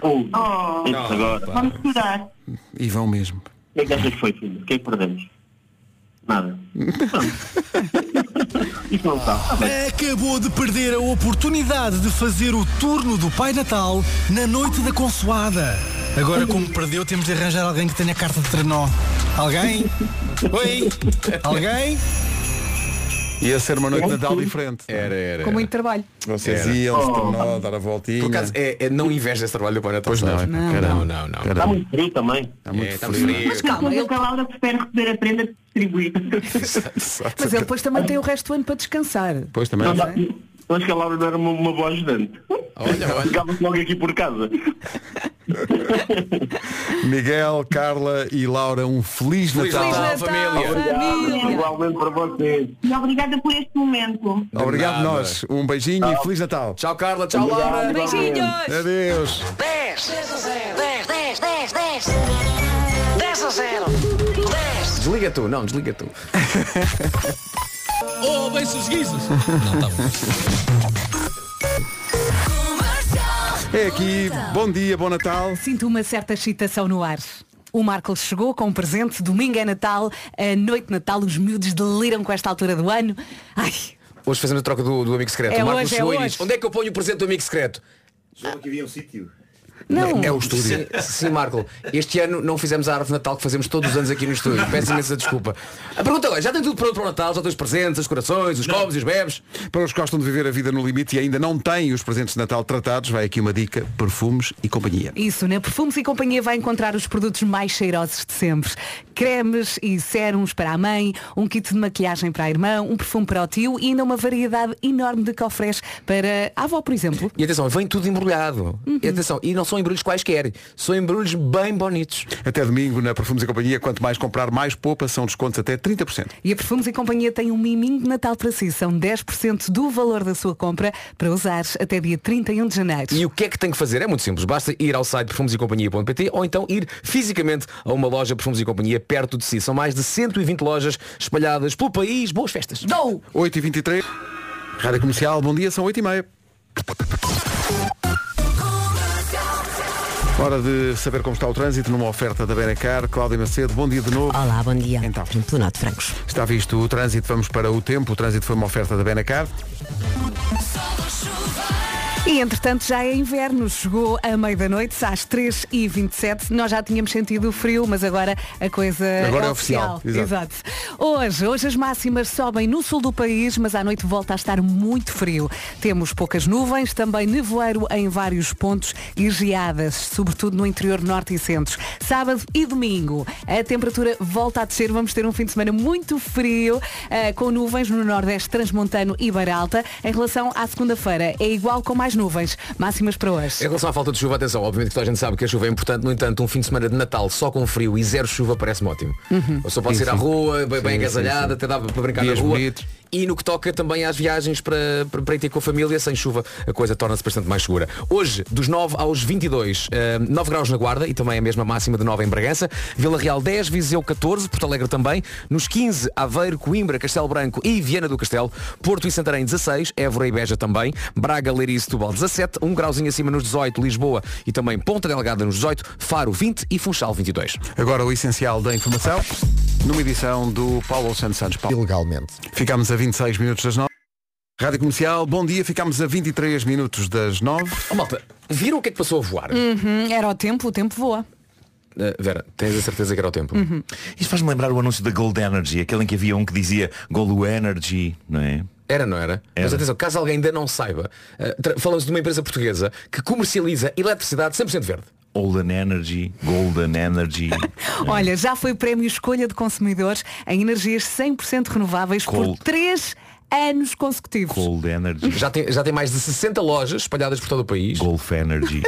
Speaker 8: Oh,
Speaker 9: Oh,
Speaker 8: isso agora.
Speaker 9: vamos estudar!
Speaker 2: e vão mesmo.
Speaker 8: O que é que achas que foi, filho? O que é que perdemos? Nada. Isso não está. Ah, bem.
Speaker 6: Acabou de perder a oportunidade de fazer o turno do Pai Natal na noite da consoada. Agora, como perdeu, temos de arranjar alguém que tenha carta de trenó. Alguém? Oi? Alguém?
Speaker 2: Ia ser uma noite de Natal diferente.
Speaker 1: Era, era.
Speaker 4: Com muito trabalho.
Speaker 10: Vocês
Speaker 1: É, Era. Oh.
Speaker 10: iam se tornar, dar a voltinha.
Speaker 1: Por acaso, é, é- não inveja esse trabalho do Pai Natal.
Speaker 2: Pois não, é,
Speaker 1: sabes?
Speaker 2: pá, caramba.
Speaker 1: não, não, não.
Speaker 11: Está
Speaker 2: Caramba.
Speaker 11: muito frio também.
Speaker 2: Está muito
Speaker 1: É, está
Speaker 2: frio.
Speaker 1: frio.
Speaker 4: Mas calma,
Speaker 12: Mas
Speaker 4: ele,
Speaker 12: a Laura prefere receber a prenda de distribuir.
Speaker 4: mas ele depois também tem o resto do ano para descansar.
Speaker 2: Pois também.
Speaker 11: Não dá- Eu acho que a Laura não era uma, uma boa ajudante.
Speaker 1: Olha, olha.
Speaker 11: Ficava-se logo aqui por casa.
Speaker 2: Miguel, Carla e Laura, um feliz,
Speaker 1: Feliz
Speaker 2: Natal.
Speaker 1: Natal, família.
Speaker 4: família.
Speaker 11: Igualmente para vocês.
Speaker 12: E obrigada por este momento.
Speaker 2: Obrigado
Speaker 1: De nada.
Speaker 2: nós. Um beijinho e feliz Natal.
Speaker 1: Tchau, Carla. Tchau, Laura.
Speaker 4: Beijinhos!
Speaker 2: Adeus.
Speaker 8: 10, 10, 10. 10 a 0. 10.
Speaker 1: Desliga tu. Não, desliga tu.
Speaker 7: Oh, bem os guizos! Não, tá bom.
Speaker 2: É aqui. Bom dia, bom Natal.
Speaker 4: Sinto uma certa excitação no ar. O Marcos chegou com um presente, domingo é Natal, a noite de Natal, os miúdos deliram com esta altura do ano. Ai,
Speaker 1: Hoje fazemos a troca do, do amigo secreto.
Speaker 4: É
Speaker 1: o Marcos
Speaker 4: hoje, é
Speaker 1: chegou e
Speaker 4: hoje.
Speaker 1: diz, onde é que eu ponho o presente do amigo secreto?
Speaker 4: não,
Speaker 2: É o estúdio.
Speaker 1: Sim, sim, Marco. Este ano não fizemos a árvore de Natal que fazemos todos os anos aqui no *laughs* estúdio. Peço imensa desculpa. A pergunta agora, já tem tudo pronto para o Natal? Já tem os presentes, os corações, os copos e os bebes?
Speaker 2: Para os que gostam de viver a vida no limite e ainda não têm os presentes de Natal tratados, vai aqui uma dica, perfumes e companhia.
Speaker 4: Isso, na Perfumes e Companhia vai encontrar os produtos mais cheirosos de sempre. Cremes e sérums para a mãe, um kit de maquilhagem para a irmã, um perfume para o tio e ainda uma variedade enorme de cofres para a avó, por exemplo.
Speaker 1: E atenção, vem tudo embrulhado. E atenção, e não são embrulhos quaisquer, são embrulhos bem bonitos.
Speaker 2: Até domingo na Perfumes e Companhia, quanto mais comprar, mais poupa, são descontos até 30%.
Speaker 4: E a Perfumes e Companhia tem um miminho de Natal para si. São 10% do valor da sua compra para usar até dia 31 de janeiro.
Speaker 1: E o que é que tem que fazer? É muito simples. Basta ir ao site perfumesecompanhia.pt ou então ir fisicamente a uma loja Perfumes e Companhia perto de si. São mais de 120 lojas espalhadas pelo país. Boas festas.
Speaker 4: Dou!
Speaker 2: 8h23, Rádio Comercial, bom dia, são 8h30. Hora de saber como está o trânsito numa oferta da Benacar. Cláudia Macedo, bom dia de novo.
Speaker 3: Olá, bom dia.
Speaker 2: Então.
Speaker 3: Leonardo Francos.
Speaker 2: Está visto o trânsito, vamos para o tempo. O trânsito foi uma oferta da Benacar.
Speaker 4: E entretanto já é inverno, chegou à meia-da-noite, às 3h27. Nós já tínhamos sentido o frio, mas agora a coisa
Speaker 2: Agora é
Speaker 4: é
Speaker 2: oficial,
Speaker 4: Exato. Hoje, hoje as máximas sobem no sul do país, mas à noite volta a estar muito frio. Temos poucas nuvens, também nevoeiro em vários pontos e geadas, sobretudo no interior norte e centro. Sábado e domingo a temperatura volta a descer, vamos ter um fim de semana muito frio, eh, com nuvens no nordeste transmontano e Baralta. Em relação à segunda-feira, é igual com mais nuvens. Máximas para
Speaker 1: Em
Speaker 4: hoje.
Speaker 1: relação à falta de chuva, atenção, obviamente que toda a gente sabe que a chuva é importante, no entanto, um fim de semana de Natal só com frio e zero chuva parece-me ótimo. Ou só pode ir à rua, bem, bem agasalhada, até dá para brincar
Speaker 2: Dias
Speaker 1: na rua.
Speaker 2: bonitos.
Speaker 1: E no que toca também às viagens para, para, para ir ter com a família, sem chuva, a coisa torna-se bastante mais segura. Hoje, dos 9 aos 22, eh, 9 graus na Guarda e também a mesma máxima de 9 em Bragança, Vila Real 10, Viseu 14, Porto Alegre também, nos 15, Aveiro, Coimbra, Castelo Branco e Viana do Castelo, Porto e Santarém 16, Évora e Beja também, Braga, Leiria e Setúbal 17, 1 grauzinho acima nos 18, Lisboa e também Ponta Delgada nos 18, Faro 20 e Funchal 22.
Speaker 2: Agora o essencial da informação, numa edição do Paulo Santos Santos. Paulo.
Speaker 10: Ilegalmente.
Speaker 2: Ficámos a 26 minutos das 9. Rádio Comercial, bom dia, ficámos a 23 minutos das 9.
Speaker 1: Oh, malta, viram o que é que passou a voar?
Speaker 4: Hum, era o tempo, o tempo voa.
Speaker 1: Eh, Vera, tens a certeza que era o tempo?
Speaker 8: Isto faz-me lembrar o anúncio da Gold Energy, aquele em que havia um que dizia Gold Energy, não é?
Speaker 1: Era, não era? Mas
Speaker 8: Era.
Speaker 1: atenção, caso alguém ainda não saiba, eh, tra- falamos de uma empresa portuguesa que comercializa eletricidade 100% verde.
Speaker 8: Golden Energy,
Speaker 1: *laughs*
Speaker 8: Golden Energy,
Speaker 4: Olha, já foi prémio Escolha de Consumidores em energias 100% renováveis
Speaker 8: Cool.
Speaker 4: por 3 anos consecutivos.
Speaker 8: Gold Energy,
Speaker 1: Já tem, já tem mais de 60 lojas espalhadas por todo o país.
Speaker 8: Golf Energy.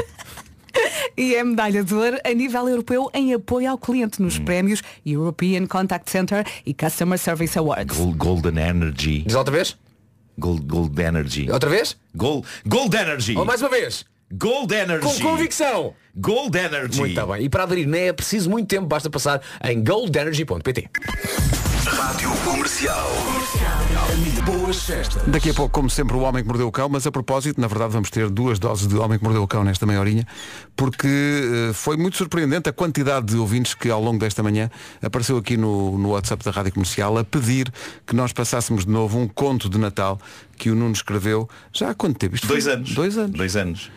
Speaker 4: E é medalha de ouro a nível europeu em apoio ao cliente
Speaker 8: Hum.
Speaker 4: nos prémios European Contact Center e Customer Service Awards.
Speaker 8: Gold- Golden Energy.
Speaker 1: Diz outra vez?
Speaker 8: Gold, gold Energy.
Speaker 1: Outra vez?
Speaker 8: Gold, gold Energy.
Speaker 1: Ou mais uma vez?
Speaker 8: Gold Energy.
Speaker 1: Oh, Com convicção!
Speaker 8: Gold Energy.
Speaker 1: Muito bem. E para aderir nem é preciso muito tempo, basta passar em goldenergy.pt.
Speaker 2: Daqui a pouco, como sempre, o Homem que Mordeu o Cão, mas a propósito, na verdade, vamos ter duas doses de Homem que Mordeu o Cão nesta meia horinha, porque eh, foi muito surpreendente a quantidade de ouvintes que ao longo desta manhã apareceu aqui no, no WhatsApp da Rádio Comercial a pedir que nós passássemos de novo um conto de Natal que o Nuno escreveu já há quanto tempo? Isto foi
Speaker 8: Dois anos.
Speaker 2: Dois anos.
Speaker 8: Dois anos.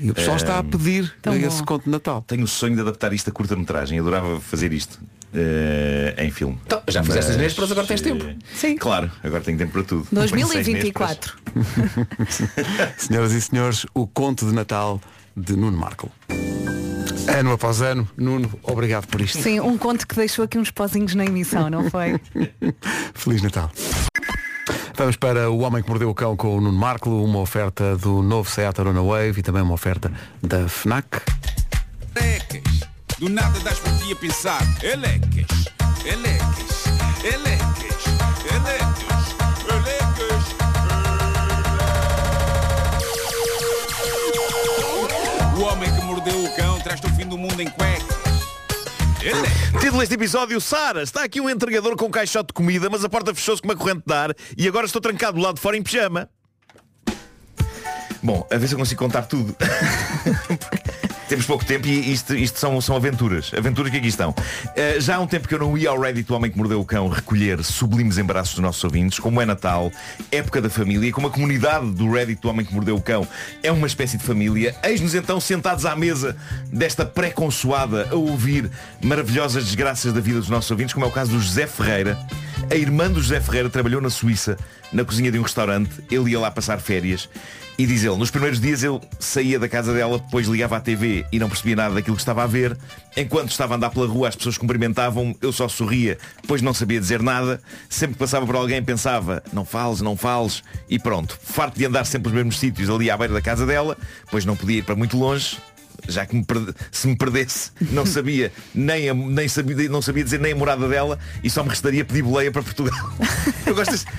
Speaker 2: E o pessoal está a pedir
Speaker 4: Tão
Speaker 2: esse
Speaker 4: bom.
Speaker 2: conto de Natal.
Speaker 8: Tenho o sonho de adaptar isto a curta-metragem. Adorava fazer isto. eh, em filme.
Speaker 1: Então, já fizeste as nespras, agora tens tempo.
Speaker 8: Sim. Claro, agora tenho tempo para tudo.
Speaker 2: Senhoras e senhores, o conto de Natal de Nuno Marco. Ano após ano, Nuno, obrigado por isto.
Speaker 4: Sim, um conto que deixou aqui uns pozinhos na emissão, não foi?
Speaker 2: Feliz Natal. Vamos para O Homem que Mordeu o Cão com o Nuno Marco, uma oferta do novo Seat Arona Wave e também uma oferta da FNAC.
Speaker 10: Elecas, do nada das por ti a pensar. Elecas, elecas, elecas, elecas, elecas. O homem que mordeu o cão traz-te o fim do mundo em cuecas. Elecas.
Speaker 8: Título deste episódio, Sara, está aqui um entregador com um caixote de comida, mas a porta fechou-se com uma corrente de ar e agora estou trancado do lado de fora em pijama. Bom, a ver se eu consigo contar tudo. Temos pouco tempo e isto, isto são, são aventuras. Aventuras que aqui estão. Uh, já há um tempo que eu não ia ao Reddit do Homem que Mordeu o Cão recolher sublimes embaraços dos nossos ouvintes, como é Natal, época da família, e como a comunidade do Reddit do Homem que Mordeu o Cão é uma espécie de família. Eis-nos então sentados à mesa desta pré-consoada a ouvir maravilhosas desgraças da vida dos nossos ouvintes, como é o caso do José Ferreira, a irmã do José Ferreira trabalhou na Suíça, na cozinha de um restaurante. Ele ia lá passar férias. E diz ele, nos primeiros dias ele saía da casa dela, depois ligava à TV e não percebia nada daquilo que estava a ver. Enquanto estava a andar pela rua, as pessoas cumprimentavam, eu só sorria, pois não sabia dizer nada. Sempre que passava por alguém pensava, não fales, não fales. E pronto, farto de andar sempre nos mesmos sítios ali à beira da casa dela, pois não podia ir para muito longe, já que me perde- se me perdesse não sabia nem, a- nem sabia não sabia dizer nem a morada dela e só me restaria pedir boleia para Portugal *laughs* eu gosto desse- *laughs*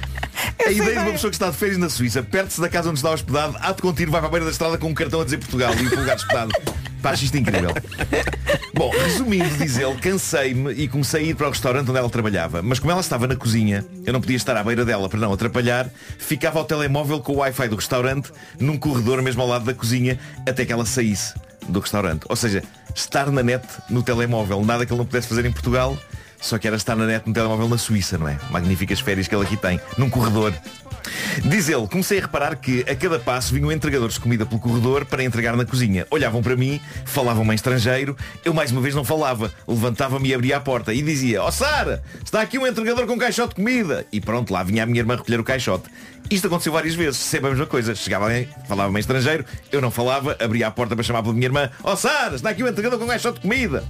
Speaker 4: É
Speaker 8: a ideia de uma pessoa que está de férias na Suíça perde-se da casa onde está hospedado há de contínuo vai para a beira da estrada com um cartão a dizer Portugal e o lugar espetado Pá, acho isto incrível Bom, resumindo, diz ele, cansei-me e comecei a ir para o restaurante onde ela trabalhava. Mas como ela estava na cozinha, eu não podia estar à beira dela para não atrapalhar, ficava ao telemóvel com o Wi-Fi do restaurante, num corredor mesmo ao lado da cozinha, até que ela saísse do restaurante. Ou seja, estar na net no telemóvel, nada que ele não pudesse fazer em Portugal, só que era estar na net no telemóvel na Suíça, não é? Magníficas férias que ele aqui tem, num corredor. Diz ele, comecei a reparar que a cada passo vinham entregadores de comida pelo corredor para entregar na cozinha. Olhavam para mim, falavam em estrangeiro, eu mais uma vez não falava. Levantava-me e abria a porta e dizia, ó Sara, está aqui um entregador com um caixote de comida. E pronto, lá vinha a minha irmã recolher o caixote. Isto aconteceu várias vezes, sempre a mesma coisa. Chegava alguém, falava em estrangeiro, eu não falava, abria a porta para chamar pela minha irmã, ó Sara, está aqui um entregador com um caixote de comida.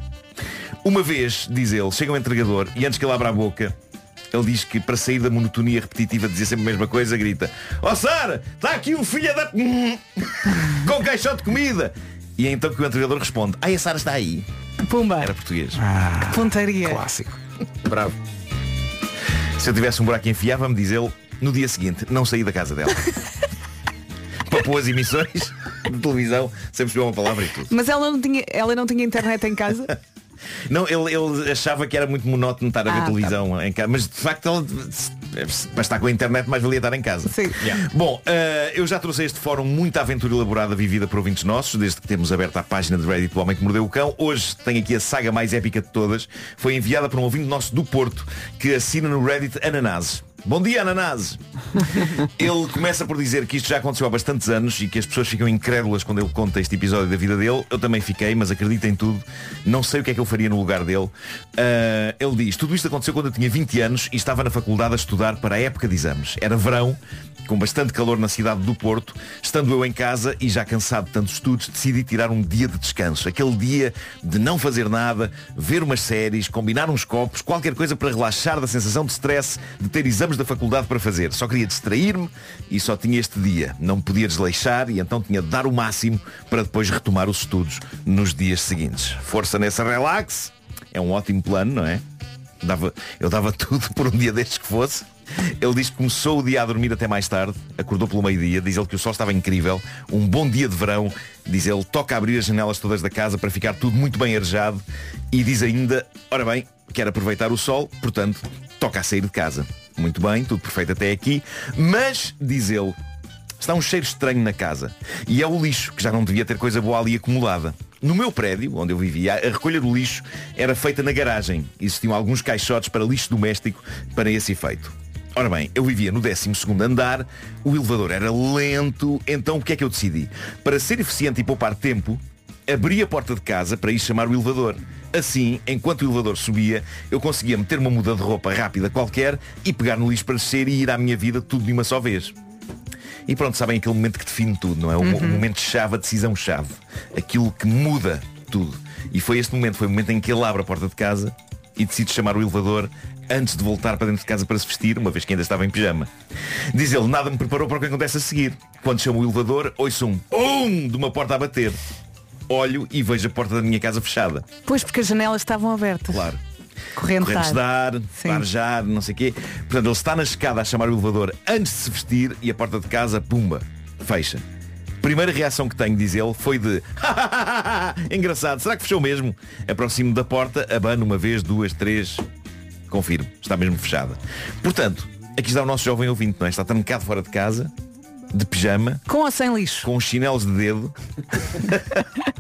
Speaker 8: Uma vez, diz ele, chega um entregador e antes que ele abra a boca, ele diz que para sair da monotonia repetitiva de dizer sempre a mesma coisa, grita Ó Sara, está aqui um filho da... *laughs* com caixote de comida. E é então que o entregador responde, ai a Sara está aí.
Speaker 4: Pumba,
Speaker 8: Era português.
Speaker 4: que pontaria.
Speaker 2: Clássico.
Speaker 8: Bravo. Se eu tivesse um buraco enfiava-me, diz ele, no dia seguinte, não saí da casa dela. Papou as emissões de televisão, sempre percebeu uma palavra e tudo.
Speaker 4: Mas ela não, tinha, ela não tinha internet em
Speaker 8: *laughs*
Speaker 4: casa?
Speaker 8: Não, ele, ele achava que era muito monótono estar a ver
Speaker 4: Ah, tá
Speaker 8: televisão em casa, mas de facto ela, para estar com a internet mais valia estar em casa.
Speaker 4: Sim.
Speaker 8: Yeah. Bom, eh, eu já trouxe a este fórum muita aventura elaborada vivida por ouvintes nossos, desde que temos aberta a página de Reddit do Homem que Mordeu o Cão. Hoje tenho aqui a saga mais épica de todas. Foi enviada por um ouvinte nosso do Porto, que assina no Reddit Ananases. Bom dia, Ananases! Ele começa por dizer que isto já aconteceu há bastantes anos e que as pessoas ficam incrédulas quando ele conta este episódio da vida dele. Eu também fiquei, mas acredito em tudo. Não sei o que é que eu faria no lugar dele. Ah, ele diz, tudo isto aconteceu quando eu tinha 20 anos e estava na faculdade a estudar para a época de exames. Era verão, com bastante calor na cidade do Porto. Estando eu em casa e já cansado de tantos estudos, decidi tirar um dia de descanso. Aquele dia de não fazer nada, ver umas séries, combinar uns copos, qualquer coisa para relaxar da sensação de stress de ter exames da faculdade para fazer. Só queria distrair-me e só tinha este dia. Não podia desleixar e então tinha de dar o máximo para depois retomar os estudos nos dias seguintes. Força nessa relax. É um ótimo plano, não é? Dava, eu dava *laughs* tudo por um dia destes que fosse. Ele diz que começou o dia a dormir até mais tarde, acordou pelo meio-dia, diz ele que o sol estava incrível, um bom dia de verão, diz ele, toca abrir as janelas todas da casa para ficar tudo muito bem arejado e diz ainda, ora bem, quer aproveitar o sol, portanto, toca a sair de casa. Muito bem, tudo perfeito até aqui, mas, diz ele, está um cheiro estranho na casa e é o lixo, que já não devia ter coisa boa ali acumulada. No meu prédio, onde eu vivia, a recolha do lixo era feita na garagem. Existiam alguns caixotes para lixo doméstico para esse efeito. Ora bem, eu vivia no 12 andar, o elevador era lento, então o que é que eu decidi? Para ser eficiente e poupar tempo, abri a porta de casa para ir chamar o elevador. Assim, enquanto o elevador subia, eu conseguia meter uma muda de roupa rápida qualquer e pegar no lixo para descer e ir à minha vida tudo de uma só vez. E pronto, sabem aquele momento que define tudo, não é? O, mo-
Speaker 13: Uhum.
Speaker 8: o momento-chave, a decisão-chave. Aquilo que muda tudo. E foi este momento, foi o momento em que ele abre a porta de casa e decide chamar o elevador antes de voltar para dentro de casa para se vestir, uma vez que ainda estava em pijama. Diz ele, nada me preparou para o que acontece a seguir. Quando chamo o elevador, ouço um um de uma porta a bater. Olho e vejo a porta da minha casa fechada.
Speaker 4: Pois porque as janelas estavam abertas.
Speaker 8: Claro.
Speaker 4: Corrente de
Speaker 8: Correntes de
Speaker 4: ar.
Speaker 8: ar, barjar, não sei o quê. Portanto, ele está na escada a chamar o elevador antes de se vestir e a porta de casa, pumba, fecha. Primeira reação que tenho, diz ele, foi de *laughs* Engraçado, será que fechou mesmo? Aproximo da porta, abano uma vez, duas, três Confirmo, está mesmo fechada Portanto, aqui está o nosso jovem ouvinte, não é? Está trancado fora de casa De pijama
Speaker 4: Com ou sem lixo?
Speaker 8: Com os chinelos de dedo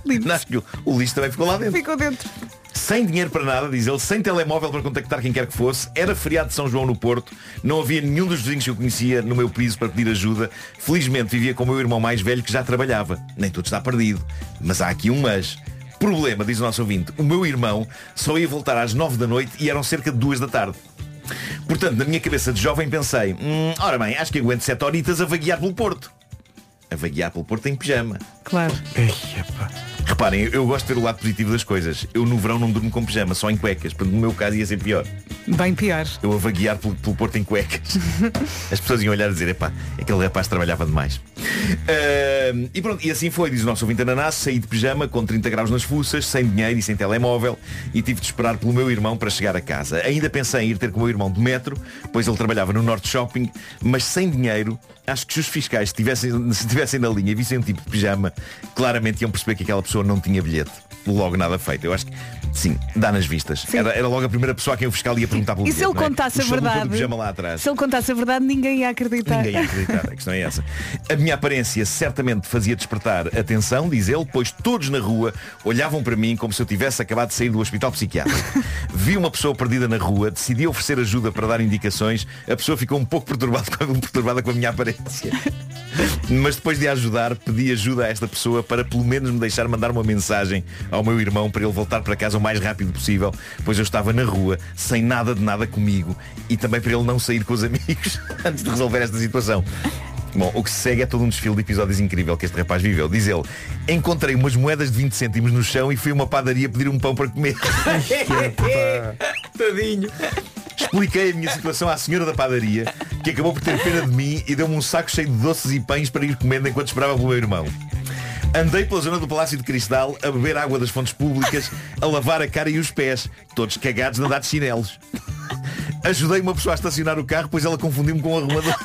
Speaker 8: Não, que o- O lixo também ficou lá dentro
Speaker 4: Ficou dentro.
Speaker 8: sem dinheiro para nada, diz ele, sem telemóvel para contactar quem quer que fosse, era feriado de São João no Porto, não havia nenhum dos vizinhos que eu conhecia no meu piso para pedir ajuda. Felizmente vivia com o meu irmão mais velho que já trabalhava. Nem tudo está perdido. Mas há aqui um mas. Problema, diz o nosso ouvinte, o meu irmão só ia voltar às nove da noite e eram cerca de duas da tarde. Portanto, na minha cabeça de jovem pensei, "Hum, ora bem, acho que aguento sete horitas a vaguear pelo Porto. A vaguear pelo Porto em pijama.
Speaker 4: Claro.
Speaker 8: Reparem, eu gosto de ver o lado positivo das coisas. Eu no verão não durmo com pijama, só em cuecas. Portanto, no meu caso ia ser pior.
Speaker 4: Bem pior.
Speaker 8: Eu a vaguear pelo, pelo Porto em cuecas. As pessoas iam olhar e dizer, epá, aquele rapaz trabalhava demais. Ahm, e pronto, e assim foi, diz o nosso ouvinte Ananás, saí de pijama com 30 graus nas fuças, sem dinheiro e sem telemóvel, e tive de esperar pelo meu irmão para chegar a casa. Ainda pensei em ir ter com o meu irmão de metro, pois ele trabalhava no Norte Shopping, mas sem dinheiro, acho que se os fiscais estivessem, se estivessem na linha e vissem um tipo de pijama, claramente iam perceber que aquela pessoa não tinha bilhete. Logo nada feito. Eu acho que, sim, dá nas vistas. Era, era logo a primeira pessoa a quem o fiscal ia perguntar pelo
Speaker 4: E se
Speaker 8: bilhete,
Speaker 4: ele
Speaker 8: não é?
Speaker 4: contasse
Speaker 8: O
Speaker 4: a
Speaker 8: chalupa do
Speaker 4: verdade?
Speaker 8: pijama lá atrás.
Speaker 4: Se ele contasse a verdade, ninguém ia acreditar.
Speaker 8: Ninguém ia acreditar, a questão é essa. A minha aparência certamente fazia despertar atenção, diz ele, pois todos na rua olhavam para mim como se eu tivesse acabado de sair do hospital psiquiátrico. Vi uma pessoa perdida na rua, decidi oferecer ajuda para dar indicações, a pessoa ficou um pouco perturbada com, perturbada com a minha aparência. Mas depois de a ajudar, pedi ajuda a esta pessoa para pelo menos me deixar mandar uma mensagem ao meu irmão para ele voltar para casa o mais rápido possível, pois eu estava na rua, sem nada de nada comigo, e também para ele não sair com os *laughs* amigos antes de resolver esta situação. Bom, o que se segue é todo um desfile de episódios incrível que este rapaz viveu. Diz ele, encontrei umas moedas de 20 cêntimos no chão e fui a uma padaria pedir um pão para comer. *laughs* Tadinho. Expliquei a minha situação à senhora da padaria, que acabou por ter pena de mim e deu-me um saco cheio de doces e pães para ir comendo enquanto esperava pelo meu irmão. Andei pela zona do Palácio de Cristal a beber água das fontes públicas, a lavar a cara e os pés, todos cagados de andar de chinelos. Ajudei uma pessoa a estacionar o carro, pois ela confundiu-me com um arrumador.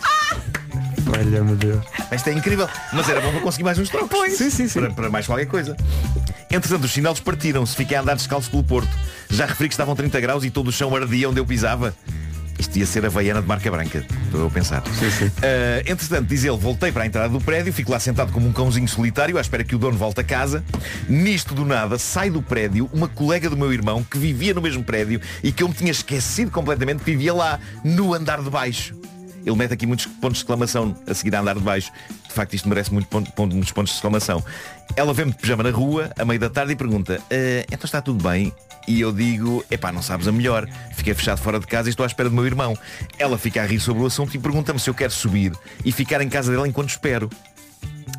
Speaker 2: Olha-me Deus.
Speaker 8: Isto é incrível. Mas era bom para conseguir mais uns trocos. Sim, sim, sim. Para, para mais qualquer coisa. Entretanto, os chinelos partiram-se. Fiquei a andar descalço pelo Porto. Já referi que estavam 30 graus e todo o chão ardia onde eu pisava. Isto ia ser a veiana de marca branca, estou eu a pensar. Ah, entretanto, diz ele, voltei para a entrada do prédio, fico lá sentado como um cãozinho solitário, à espera que o dono volte a casa. Nisto, do nada, sai do prédio uma colega do meu irmão que vivia no mesmo prédio e que eu me tinha esquecido completamente que vivia lá, no andar de baixo. Ele mete aqui muitos pontos de exclamação a seguir a andar de baixo. De facto, isto merece muito ponto- ponto- muitos pontos de exclamação. Ela vê-me de pijama na rua, a meio da tarde, e pergunta, "Ah, então está tudo bem? E eu digo, epá, não sabes a melhor. Fiquei fechado fora de casa e estou à espera do meu irmão. Ela fica a rir sobre o assunto e pergunta-me se eu quero subir e ficar em casa dela enquanto espero.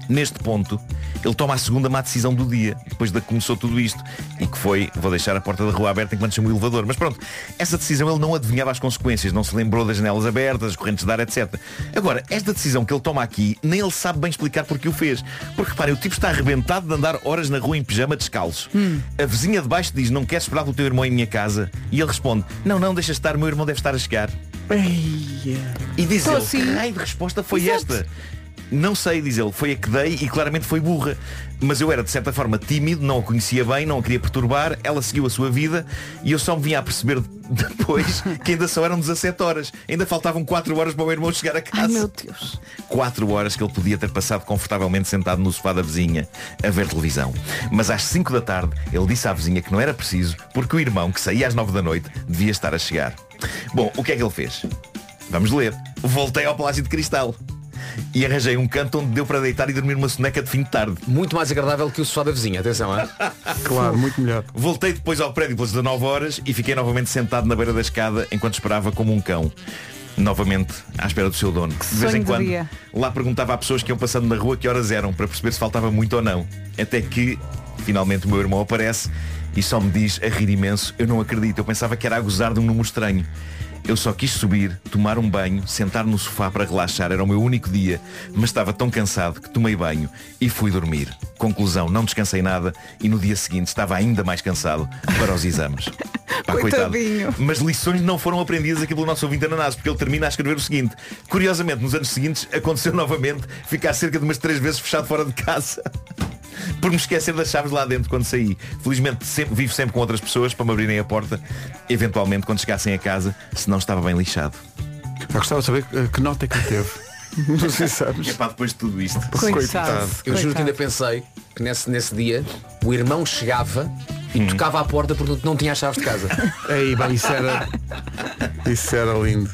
Speaker 8: Neste ponto, ele toma a segunda má decisão do dia, depois de que começou tudo isto, e que foi, vou deixar a porta da rua aberta enquanto chamo o elevador. Mas pronto, essa decisão ele não adivinhava as consequências, não se lembrou das janelas abertas, as correntes de ar, etc. Agora, esta decisão que ele toma aqui, nem ele sabe bem explicar porque o fez. Porque reparem, o tipo está arrebentado de andar horas na rua em pijama descalço. A vizinha de baixo diz, não queres esperar pelo teu irmão em minha casa? E ele responde, não, não, deixa estar, o meu irmão deve estar a chegar. E diz
Speaker 13: Tô
Speaker 8: ele,
Speaker 13: assim.
Speaker 8: que raio de resposta foi esta? Não sei, diz ele, foi a que dei e claramente foi burra. Mas eu era de certa forma tímido, não a conhecia bem, não a queria perturbar, ela seguiu a sua vida e eu só me vinha a perceber *laughs* depois que ainda só eram 17 horas. Ainda faltavam 4 horas para o meu irmão chegar a casa. Ai meu
Speaker 4: Deus.
Speaker 8: 4 horas que ele podia ter passado confortavelmente sentado no sofá da vizinha a ver televisão. Mas às 5 da tarde ele disse à vizinha que não era preciso porque o irmão que saía às 9 da noite devia estar a chegar. Bom, o que é que ele fez? Vamos ler. Voltei ao Palácio de Cristal. e arranjei um canto onde deu para deitar e dormir uma soneca de fim de tarde.
Speaker 1: Muito mais agradável que o sofá da vizinha, atenção, é?
Speaker 2: claro, muito melhor.
Speaker 8: Voltei depois ao prédio pelas 19 horas e fiquei novamente sentado na beira da escada enquanto esperava como um cão. Novamente à espera do seu dono. Que de vez
Speaker 4: sonho
Speaker 8: em
Speaker 4: de
Speaker 8: quando
Speaker 4: dia.
Speaker 8: lá perguntava a pessoas que iam passando na rua que horas eram para perceber se faltava muito ou não. Até que finalmente o meu irmão aparece e só me diz a rir imenso, eu não acredito, eu pensava que era a gozar de um número estranho. Eu só quis subir, tomar um banho, sentar no sofá para relaxar, era o meu único dia, mas estava tão cansado que tomei banho e fui dormir. Conclusão, não descansei nada e no dia seguinte estava ainda mais cansado para os exames. Pá,
Speaker 4: Coitadinho.
Speaker 8: mas lições não foram aprendidas aqui pelo nosso ouvinte Ananás, porque ele termina a escrever o seguinte. Curiosamente, nos anos seguintes, aconteceu *laughs* novamente ficar cerca de umas três vezes fechado fora de casa. *laughs* Por me esquecer das chaves lá dentro quando saí. Felizmente sempre, vivo sempre com outras pessoas para me abrirem a porta, eventualmente quando chegassem a casa, se não estava bem lixado.
Speaker 2: Eu gostava de saber eh, que nota é que teve. *laughs* Não sei se sabes.
Speaker 8: É pá, depois de tudo isto.
Speaker 1: Eu juro que ainda pensei que nesse, nesse dia o irmão chegava e
Speaker 8: Hum.
Speaker 1: tocava à porta porque não tinha as chaves de
Speaker 8: *laughs*
Speaker 1: casa.
Speaker 2: Aí, bem, isso era. Isso era lindo.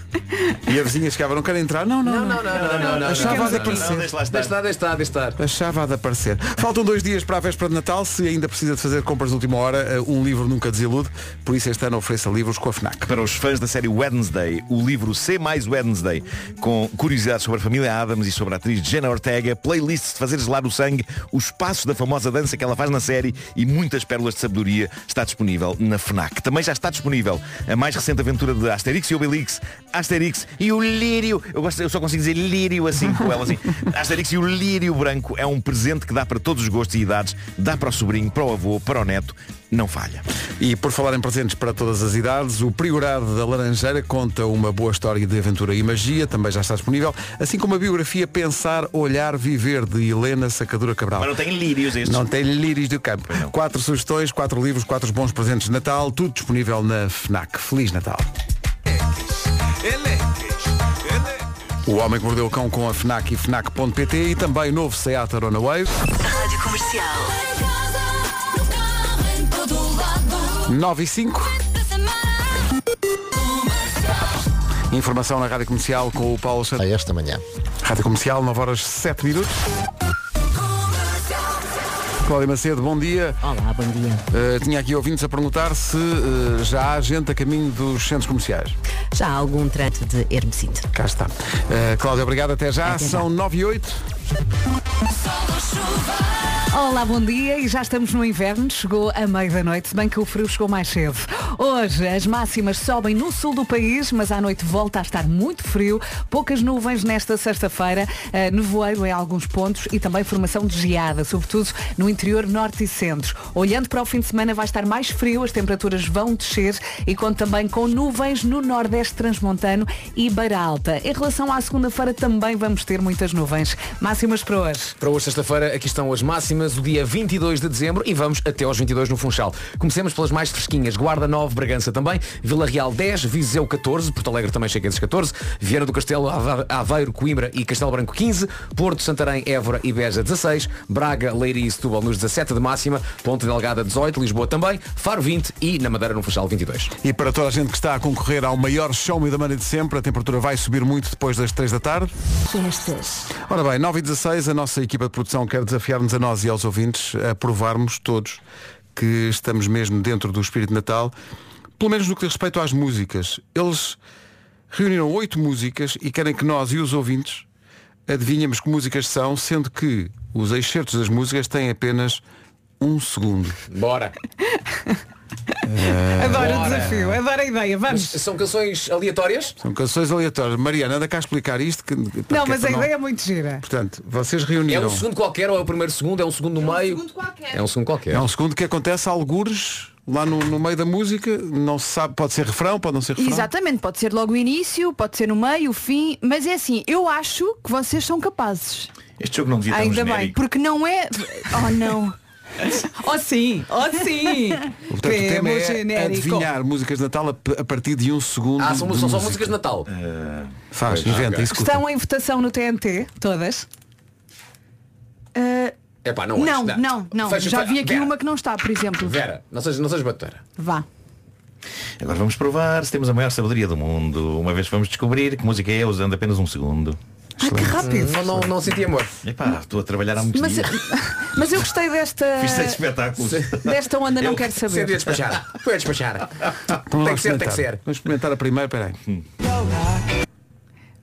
Speaker 2: E a vizinha chegava, não quero entrar? Não, não, não. Achava a de aparecer.
Speaker 8: lá estar.
Speaker 1: Deixa estar, deixa estar, deixa estar.
Speaker 2: Achava a de aparecer. Faltam dois dias para a véspera de Natal. Se ainda precisa de fazer compras de última hora, eh, um livro nunca desilude. Por isso este ano ofereça livros com a FNAC.
Speaker 8: Para os fãs da série Wednesday, o livro C mais Wednesday, com curiosidades sobre a família Adams e sobre a atriz Jenna Ortega, playlists de fazer gelar o sangue, os passos da famosa dança que ela faz na série e muitas pérolas de sabedoria, está disponível na FNAC. Também já está disponível a mais recente aventura de Asterix e Obelix, Asterix e o Lírio. Eu, gosto, eu só consigo dizer Lírio assim com ela assim. Asterix e o Lírio Branco é um presente que dá para todos os gostos e idades, dá para o sobrinho, para o avô, para o neto, não falha.
Speaker 2: E por falar em presentes para todas as idades, o Priorado da Laranjeira conta uma boa história de aventura e magia, também já está disponível, assim como a biografia Pensar, Olhar, Viver, de Helena Sacadura Cabral.
Speaker 8: Mas não tem lírios estes.
Speaker 2: Não tem lírios do campo. Quatro sugestões, quatro livros, quatro bons presentes de Natal, tudo disponível na FNAC. Feliz Natal. O Homem que Mordeu o Cão com a FNAC e FNAC.pt e também o novo Seat Arona Wave.
Speaker 13: Rádio Comercial.
Speaker 2: 9 e 5. Informação na Rádio Comercial com o Paulo Santos. A esta manhã. Rádio Comercial, 9 horas 7 minutos. Cláudia Macedo, bom dia. Eh,
Speaker 14: Olá, bom dia.
Speaker 2: tinha aqui ouvintes a perguntar se eh, já há gente a caminho dos centros comerciais.
Speaker 14: Já há algum trato de hermesite.
Speaker 2: Cá está. Eh, Cláudia, obrigado. Até já.
Speaker 14: Até já.
Speaker 2: São 9 e 8.
Speaker 4: Olá, bom dia e já estamos no inverno, chegou a meio da noite, se bem que o frio chegou mais cedo. Hoje as máximas sobem no sul do país, mas à noite volta a estar muito frio, poucas nuvens nesta sexta-feira, eh, nevoeiro em alguns pontos e também formação de geada, sobretudo no interior norte e centro. Olhando para o fim de semana vai estar mais frio, as temperaturas vão descer e conto também com nuvens no nordeste transmontano e beira alta. Em relação à segunda-feira também vamos ter muitas nuvens. Máximas para hoje.
Speaker 1: Para hoje, sexta-feira, aqui estão as máximas, o dia 22 de dezembro e vamos até aos 22 no Funchal. Comecemos pelas mais fresquinhas, Guarda 9, Bragança também, Vila Real 10, Viseu 14, Porto Alegre também chega a esses 14, Vieira do Castelo, Ava- Aveiro, Coimbra e Castelo Branco 15, Porto, Santarém, Évora e Beja 16, Braga, Leiria e Setúbal nos 17 de máxima, Ponte Delgada 18, Lisboa também, Faro 20 e na Madeira no Funchal 22.
Speaker 2: E para toda a gente que está a concorrer ao maior show me da manhã de sempre, a temperatura vai subir muito depois das 3 da tarde.
Speaker 13: Estas.
Speaker 2: Ora bem, 9 e 16, a nossa equipa de produção quer desafiar-nos a nós e aos ouvintes a provarmos todos que estamos mesmo dentro do espírito de Natal, pelo menos no que diz respeito às músicas. Eles reuniram oito músicas e querem que nós e os ouvintes adivinhemos que músicas são, sendo que os excertos das músicas têm apenas um segundo.
Speaker 1: Bora!
Speaker 4: Adoro o
Speaker 1: Bora.
Speaker 4: desafio, adoro a ideia, vamos.
Speaker 1: são canções aleatórias?
Speaker 2: São canções aleatórias. Mariana, anda cá explicar isto. Que,
Speaker 4: Não,
Speaker 2: que é
Speaker 4: mas
Speaker 2: para
Speaker 4: a ideia é muito gira.
Speaker 2: Portanto, vocês
Speaker 1: É
Speaker 2: reuniram.
Speaker 1: um segundo qualquer ou é o primeiro segundo? É um segundo no meio? É um segundo qualquer.
Speaker 2: É um segundo que acontece algures lá no, no meio da música, não se sabe, pode ser refrão, pode não ser refrão.
Speaker 15: Exatamente, pode ser logo o início, pode ser no meio, o fim, mas é assim, eu acho que vocês são capazes.
Speaker 8: Este jogo não devia ter um
Speaker 15: Ainda bem,
Speaker 8: genérico.
Speaker 15: porque não é. Oh não.
Speaker 4: *laughs* oh sim, oh sim.
Speaker 2: Portanto, o tema é adivinhar músicas de Natal a, p- a partir de um segundo.
Speaker 1: Ah, são,
Speaker 2: de
Speaker 1: são
Speaker 2: música.
Speaker 1: só
Speaker 2: É.
Speaker 1: músicas de Natal.
Speaker 2: Faz,
Speaker 1: Pois,
Speaker 2: inventa,
Speaker 1: ok.
Speaker 2: executa.
Speaker 4: Estão em votação no TNT, todas.
Speaker 15: Ah,
Speaker 1: É pá, não
Speaker 15: não,
Speaker 1: é.
Speaker 15: não, não,
Speaker 1: Fecha-
Speaker 15: Já vi aqui
Speaker 1: Vera,
Speaker 15: uma que não está, por exemplo.
Speaker 1: Vera, não sejas, não sejas batera.
Speaker 15: Vá.
Speaker 8: Agora vamos provar se temos a maior sabedoria do mundo. Uma vez vamos descobrir que música é usando apenas um segundo.
Speaker 4: que rápido.
Speaker 1: Não, não, não senti amor.
Speaker 8: Epá, estou a trabalhar há muitos
Speaker 15: *laughs*
Speaker 4: Mas, eh,
Speaker 8: dias.
Speaker 4: mas eu gostei desta.
Speaker 8: Fiz seis espetáculos.
Speaker 4: Desta onda não
Speaker 8: Eu-
Speaker 4: quero saber.
Speaker 1: Senti a despachar. Foi a despachar.
Speaker 4: Então,
Speaker 2: Vamos
Speaker 1: Tem
Speaker 2: lá
Speaker 1: que ser, tem que
Speaker 2: experimentar.
Speaker 1: ser.
Speaker 2: Vamos experimentar a primeira, peraí.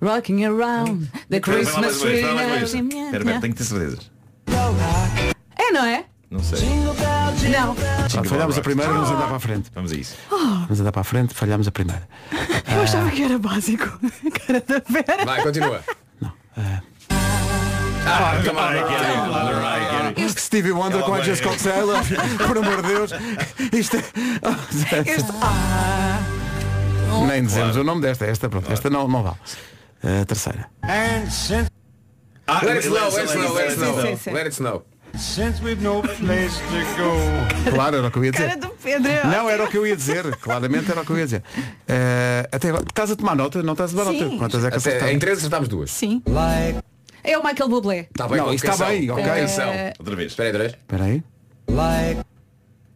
Speaker 4: Rocking around the
Speaker 8: Espera, espera lá
Speaker 4: Christmas
Speaker 8: mais uma vez,
Speaker 4: tree.
Speaker 8: espera lá mais uma vez. Espera, espera, tenho que ter certezas.
Speaker 4: É, não é?
Speaker 8: Não sei.
Speaker 4: Não.
Speaker 2: Ah, falhámos a primeira, vamos andar para a frente.
Speaker 8: Vamos a isso.
Speaker 4: Oh.
Speaker 2: Vamos andar para a frente, falhámos a primeira.
Speaker 15: Eu achava que era básico. Cara da Vera.
Speaker 1: Vai, continua.
Speaker 8: Ah, come on, I get it. Come on, I get it.
Speaker 2: Stevie Wonder com a Just Cox
Speaker 8: *laughs*
Speaker 2: Taylor, por amor de Deus. Isto é...
Speaker 4: Este- Ah.
Speaker 2: Nem dizemos o nome desta, esta, pronto. Esta não, não vale. A terceira.
Speaker 8: Ah,
Speaker 1: Let it snow, let it
Speaker 8: let it
Speaker 1: snow, let it
Speaker 8: snow.
Speaker 1: snow. Let it snow.
Speaker 2: Claro, era o que eu ia dizer.
Speaker 15: Cara do Pedro. é
Speaker 2: Não, era o que eu ia dizer. Claramente era o que eu ia dizer. Eh, até agora, estás a tomar nota? Não estás a tomar nota?
Speaker 15: Sim.
Speaker 2: Quantas é que
Speaker 1: Até, em
Speaker 2: acertaste?
Speaker 1: três acertámos duas.
Speaker 15: Sim.
Speaker 4: É o Michael Bublé.
Speaker 1: Está bem,
Speaker 2: Não,
Speaker 1: com
Speaker 2: isso está
Speaker 1: atenção,
Speaker 2: bem,
Speaker 1: com
Speaker 2: ok.
Speaker 1: atenção.
Speaker 15: É.
Speaker 8: Outra vez.
Speaker 1: Espera aí, outra vez.
Speaker 2: Espera aí.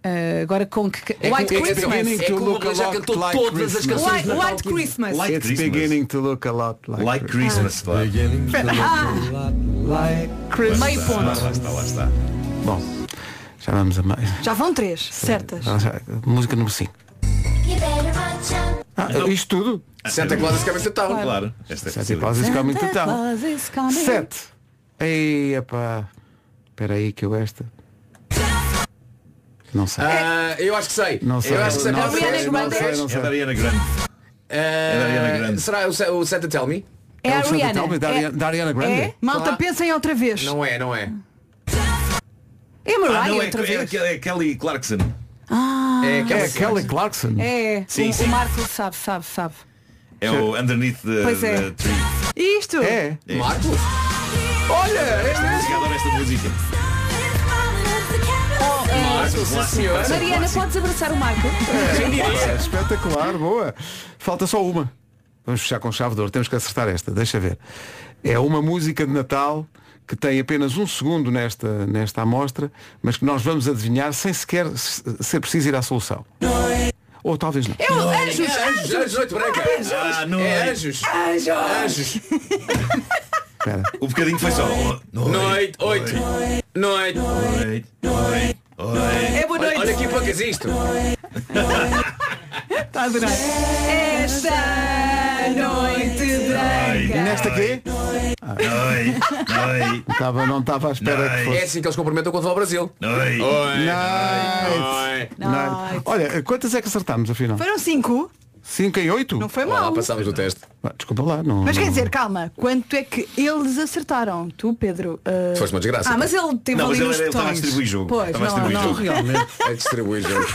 Speaker 4: Ah, agora com que.
Speaker 1: É
Speaker 4: White
Speaker 1: que- é que-
Speaker 4: Christmas.
Speaker 1: é que
Speaker 2: to
Speaker 1: o
Speaker 2: look
Speaker 1: Bublé já
Speaker 2: a lot
Speaker 1: cantou
Speaker 2: like
Speaker 1: todas as
Speaker 2: Christmas.
Speaker 1: canções de
Speaker 4: White,
Speaker 1: Natal
Speaker 4: White
Speaker 1: que existe.
Speaker 4: Christmas.
Speaker 8: Like
Speaker 2: It's
Speaker 8: Christmas.
Speaker 2: beginning to look a lot like,
Speaker 8: Like Christmas, claro.
Speaker 2: Christmas.
Speaker 4: Meio
Speaker 8: Ah,
Speaker 4: ponto.
Speaker 8: lá está, lá está.
Speaker 2: Bom, já vamos a mais.
Speaker 15: Já vão três, certas.
Speaker 2: Ah, já- Música número 5. Ah, isto tudo?
Speaker 1: Santa Claus tá is coming to town.
Speaker 8: Claro. Esta é
Speaker 2: Santa
Speaker 8: possível.
Speaker 2: Claus is coming to town.
Speaker 15: Claus is coming.
Speaker 2: 7. Ei, epá. Espera aí que eu esta. Não sei.
Speaker 1: Ah, eu acho que sei.
Speaker 2: Não sei.
Speaker 1: Eu acho que sei.
Speaker 2: não
Speaker 1: Pode
Speaker 2: sei,
Speaker 1: ser.
Speaker 2: não
Speaker 4: Ariana
Speaker 2: sei, não
Speaker 8: É
Speaker 2: sei.
Speaker 8: da Ariana Grande.
Speaker 1: Ah,
Speaker 8: da Ariana Grande.
Speaker 1: será o, Sa- o Santa Tell Me?
Speaker 15: É
Speaker 2: É
Speaker 15: a
Speaker 2: o Santa
Speaker 15: Rihanna.
Speaker 2: Talbot, da
Speaker 15: É-
Speaker 2: Ariana- da Ariana Grande?
Speaker 15: É? Malta,
Speaker 1: Claro.
Speaker 15: pensem outra vez.
Speaker 1: Não é, não é.
Speaker 15: É
Speaker 8: Ah,
Speaker 15: Mariah
Speaker 8: não, é,
Speaker 15: outra
Speaker 8: é,
Speaker 15: vez.
Speaker 8: aquela- é Kelly Clarkson.
Speaker 1: É
Speaker 2: É
Speaker 1: aquela
Speaker 2: a Kelly Clarkson.
Speaker 15: É,
Speaker 8: Sim,
Speaker 15: o,
Speaker 8: sim.
Speaker 15: o Marco sabe, sabe, sabe.
Speaker 8: É o Underneath the,
Speaker 15: Pois é.
Speaker 8: the Tree.
Speaker 15: Isto!
Speaker 2: É.
Speaker 8: É.
Speaker 1: Marco?
Speaker 8: Esta música, adoro esta música.
Speaker 1: Marco, sim senhor.
Speaker 15: Mariana, podes abraçar o Marco?
Speaker 2: É espetacular, boa. Falta só uma. Vamos fechar com chave de ouro. Temos que acertar esta. Deixa ver. É uma música de Natal que tem apenas um segundo nesta, nesta amostra, mas que nós vamos adivinhar sem sequer s- ser preciso ir à solução. Ou talvez não.
Speaker 15: É o Anjos!
Speaker 1: Anjos, anjos, noite branca.
Speaker 8: Ah, não
Speaker 1: É
Speaker 8: é.
Speaker 1: anjos. Anjos.
Speaker 2: Espera.
Speaker 8: O bocadinho foi só.
Speaker 1: Noite, oito. Noite.
Speaker 8: Noite. Noite. Noite.
Speaker 15: É boa
Speaker 1: Olha, olha
Speaker 15: noite!
Speaker 1: que poucas isto.
Speaker 15: Está Tá a adorar. Esta noite
Speaker 8: Noite.
Speaker 2: Nesta aqui?
Speaker 8: Noite.
Speaker 2: Tava, não estava à espera que
Speaker 1: É
Speaker 2: fosse.
Speaker 1: assim que eles cumprimentam quando vão ao Brasil.
Speaker 8: Noite. Noite.
Speaker 1: Oi.
Speaker 2: Night. Night. Olha, quantas é que acertámos afinal?
Speaker 15: Foram cinco?
Speaker 2: 5 em 8?
Speaker 15: Não foi
Speaker 1: Lá
Speaker 15: mal.
Speaker 1: passámos o teste.
Speaker 2: Desculpa lá, não.
Speaker 15: Mas quer
Speaker 2: não-
Speaker 15: dizer, calma, quanto é que eles acertaram? Tu, Pedro? ah,
Speaker 1: Foste uma desgraça.
Speaker 4: Ah, mas ele teve
Speaker 8: Não, mas
Speaker 4: ali
Speaker 8: ele
Speaker 4: nos
Speaker 8: ele estava a
Speaker 4: botões.
Speaker 8: distribuir jogo.
Speaker 15: Pois,
Speaker 8: Estava a
Speaker 15: não,
Speaker 8: distribuir
Speaker 15: não.
Speaker 8: jogo.
Speaker 2: Realmente.
Speaker 1: É distribuir jogos.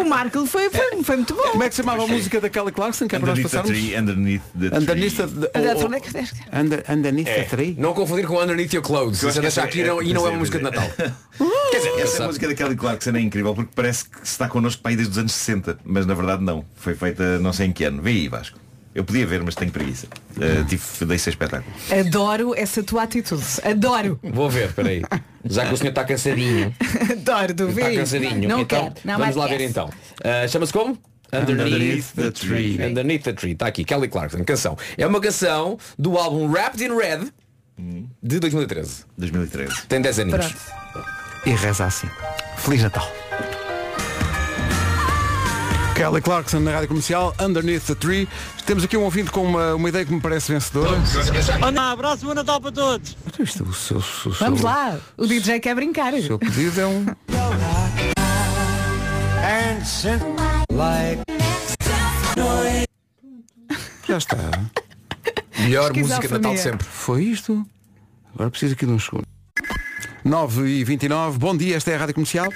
Speaker 15: O Marco foi, foi, foi muito bom.
Speaker 2: Como é que se chamava a música da Kelly Clarkson que é para nós
Speaker 8: Underneath the
Speaker 2: passarmos?
Speaker 8: tree, underneath the tree.
Speaker 2: Underneath the, the,
Speaker 15: Olha,
Speaker 2: oh,
Speaker 15: onde é que deste?
Speaker 2: oh, under, underneath the tree?
Speaker 1: É. Não confundir com Underneath Your Clothes.
Speaker 8: Eu acho
Speaker 1: Isso é da
Speaker 8: que essa
Speaker 1: Shakira
Speaker 8: é-
Speaker 1: e não- e não é
Speaker 8: pois é,
Speaker 1: uma música de
Speaker 8: pois é.
Speaker 1: Natal.
Speaker 8: *laughs*
Speaker 1: Quer dizer,
Speaker 8: Essa
Speaker 1: essa
Speaker 8: música da Kelly Clarkson é incrível porque parece que está connosco para aí desde os anos 60, mas na verdade não. Foi feita não sei em que ano. Vem aí, Vasco. Eu podia ver, mas tenho preguiça. Uh, tive, dei seis espetáculos.
Speaker 4: Adoro essa tua atitude.
Speaker 15: *laughs*
Speaker 4: Adoro.
Speaker 1: Vou ver, peraí. Já que o senhor está cansadinho.
Speaker 4: Adoro do
Speaker 1: Está
Speaker 4: ver.
Speaker 1: tá cansadinho.
Speaker 4: Não
Speaker 1: então,
Speaker 4: quero. Não
Speaker 1: vamos
Speaker 4: mais
Speaker 15: é
Speaker 1: lá ver
Speaker 4: quero.
Speaker 1: então. Ah, Chama-se como?
Speaker 2: Underneath the tree.
Speaker 1: Underneath the Tree. Está aqui, Kelly Clarkson, canção. É uma canção do álbum Wrapped in Red de 2013.
Speaker 8: 2013.
Speaker 1: Tem 10 aninhos.
Speaker 4: Pronto.
Speaker 2: E reza assim. Feliz Natal. Kelly Clarkson na Rádio Comercial, Underneath the Tree. Temos aqui um ouvinte com uma, uma ideia que me parece vencedora.
Speaker 16: Olá, próximo Natal para todos.
Speaker 2: Isto, o seu, o seu- o
Speaker 4: Vamos
Speaker 2: seu-
Speaker 4: lá. O DJ quer brincar.
Speaker 2: O seu pedido é um. Já está.
Speaker 1: Melhor música de Natal de sempre.
Speaker 2: Foi isto. Agora preciso aqui de um segundo. 9 e 29 bom dia, esta é a Rádio Comercial.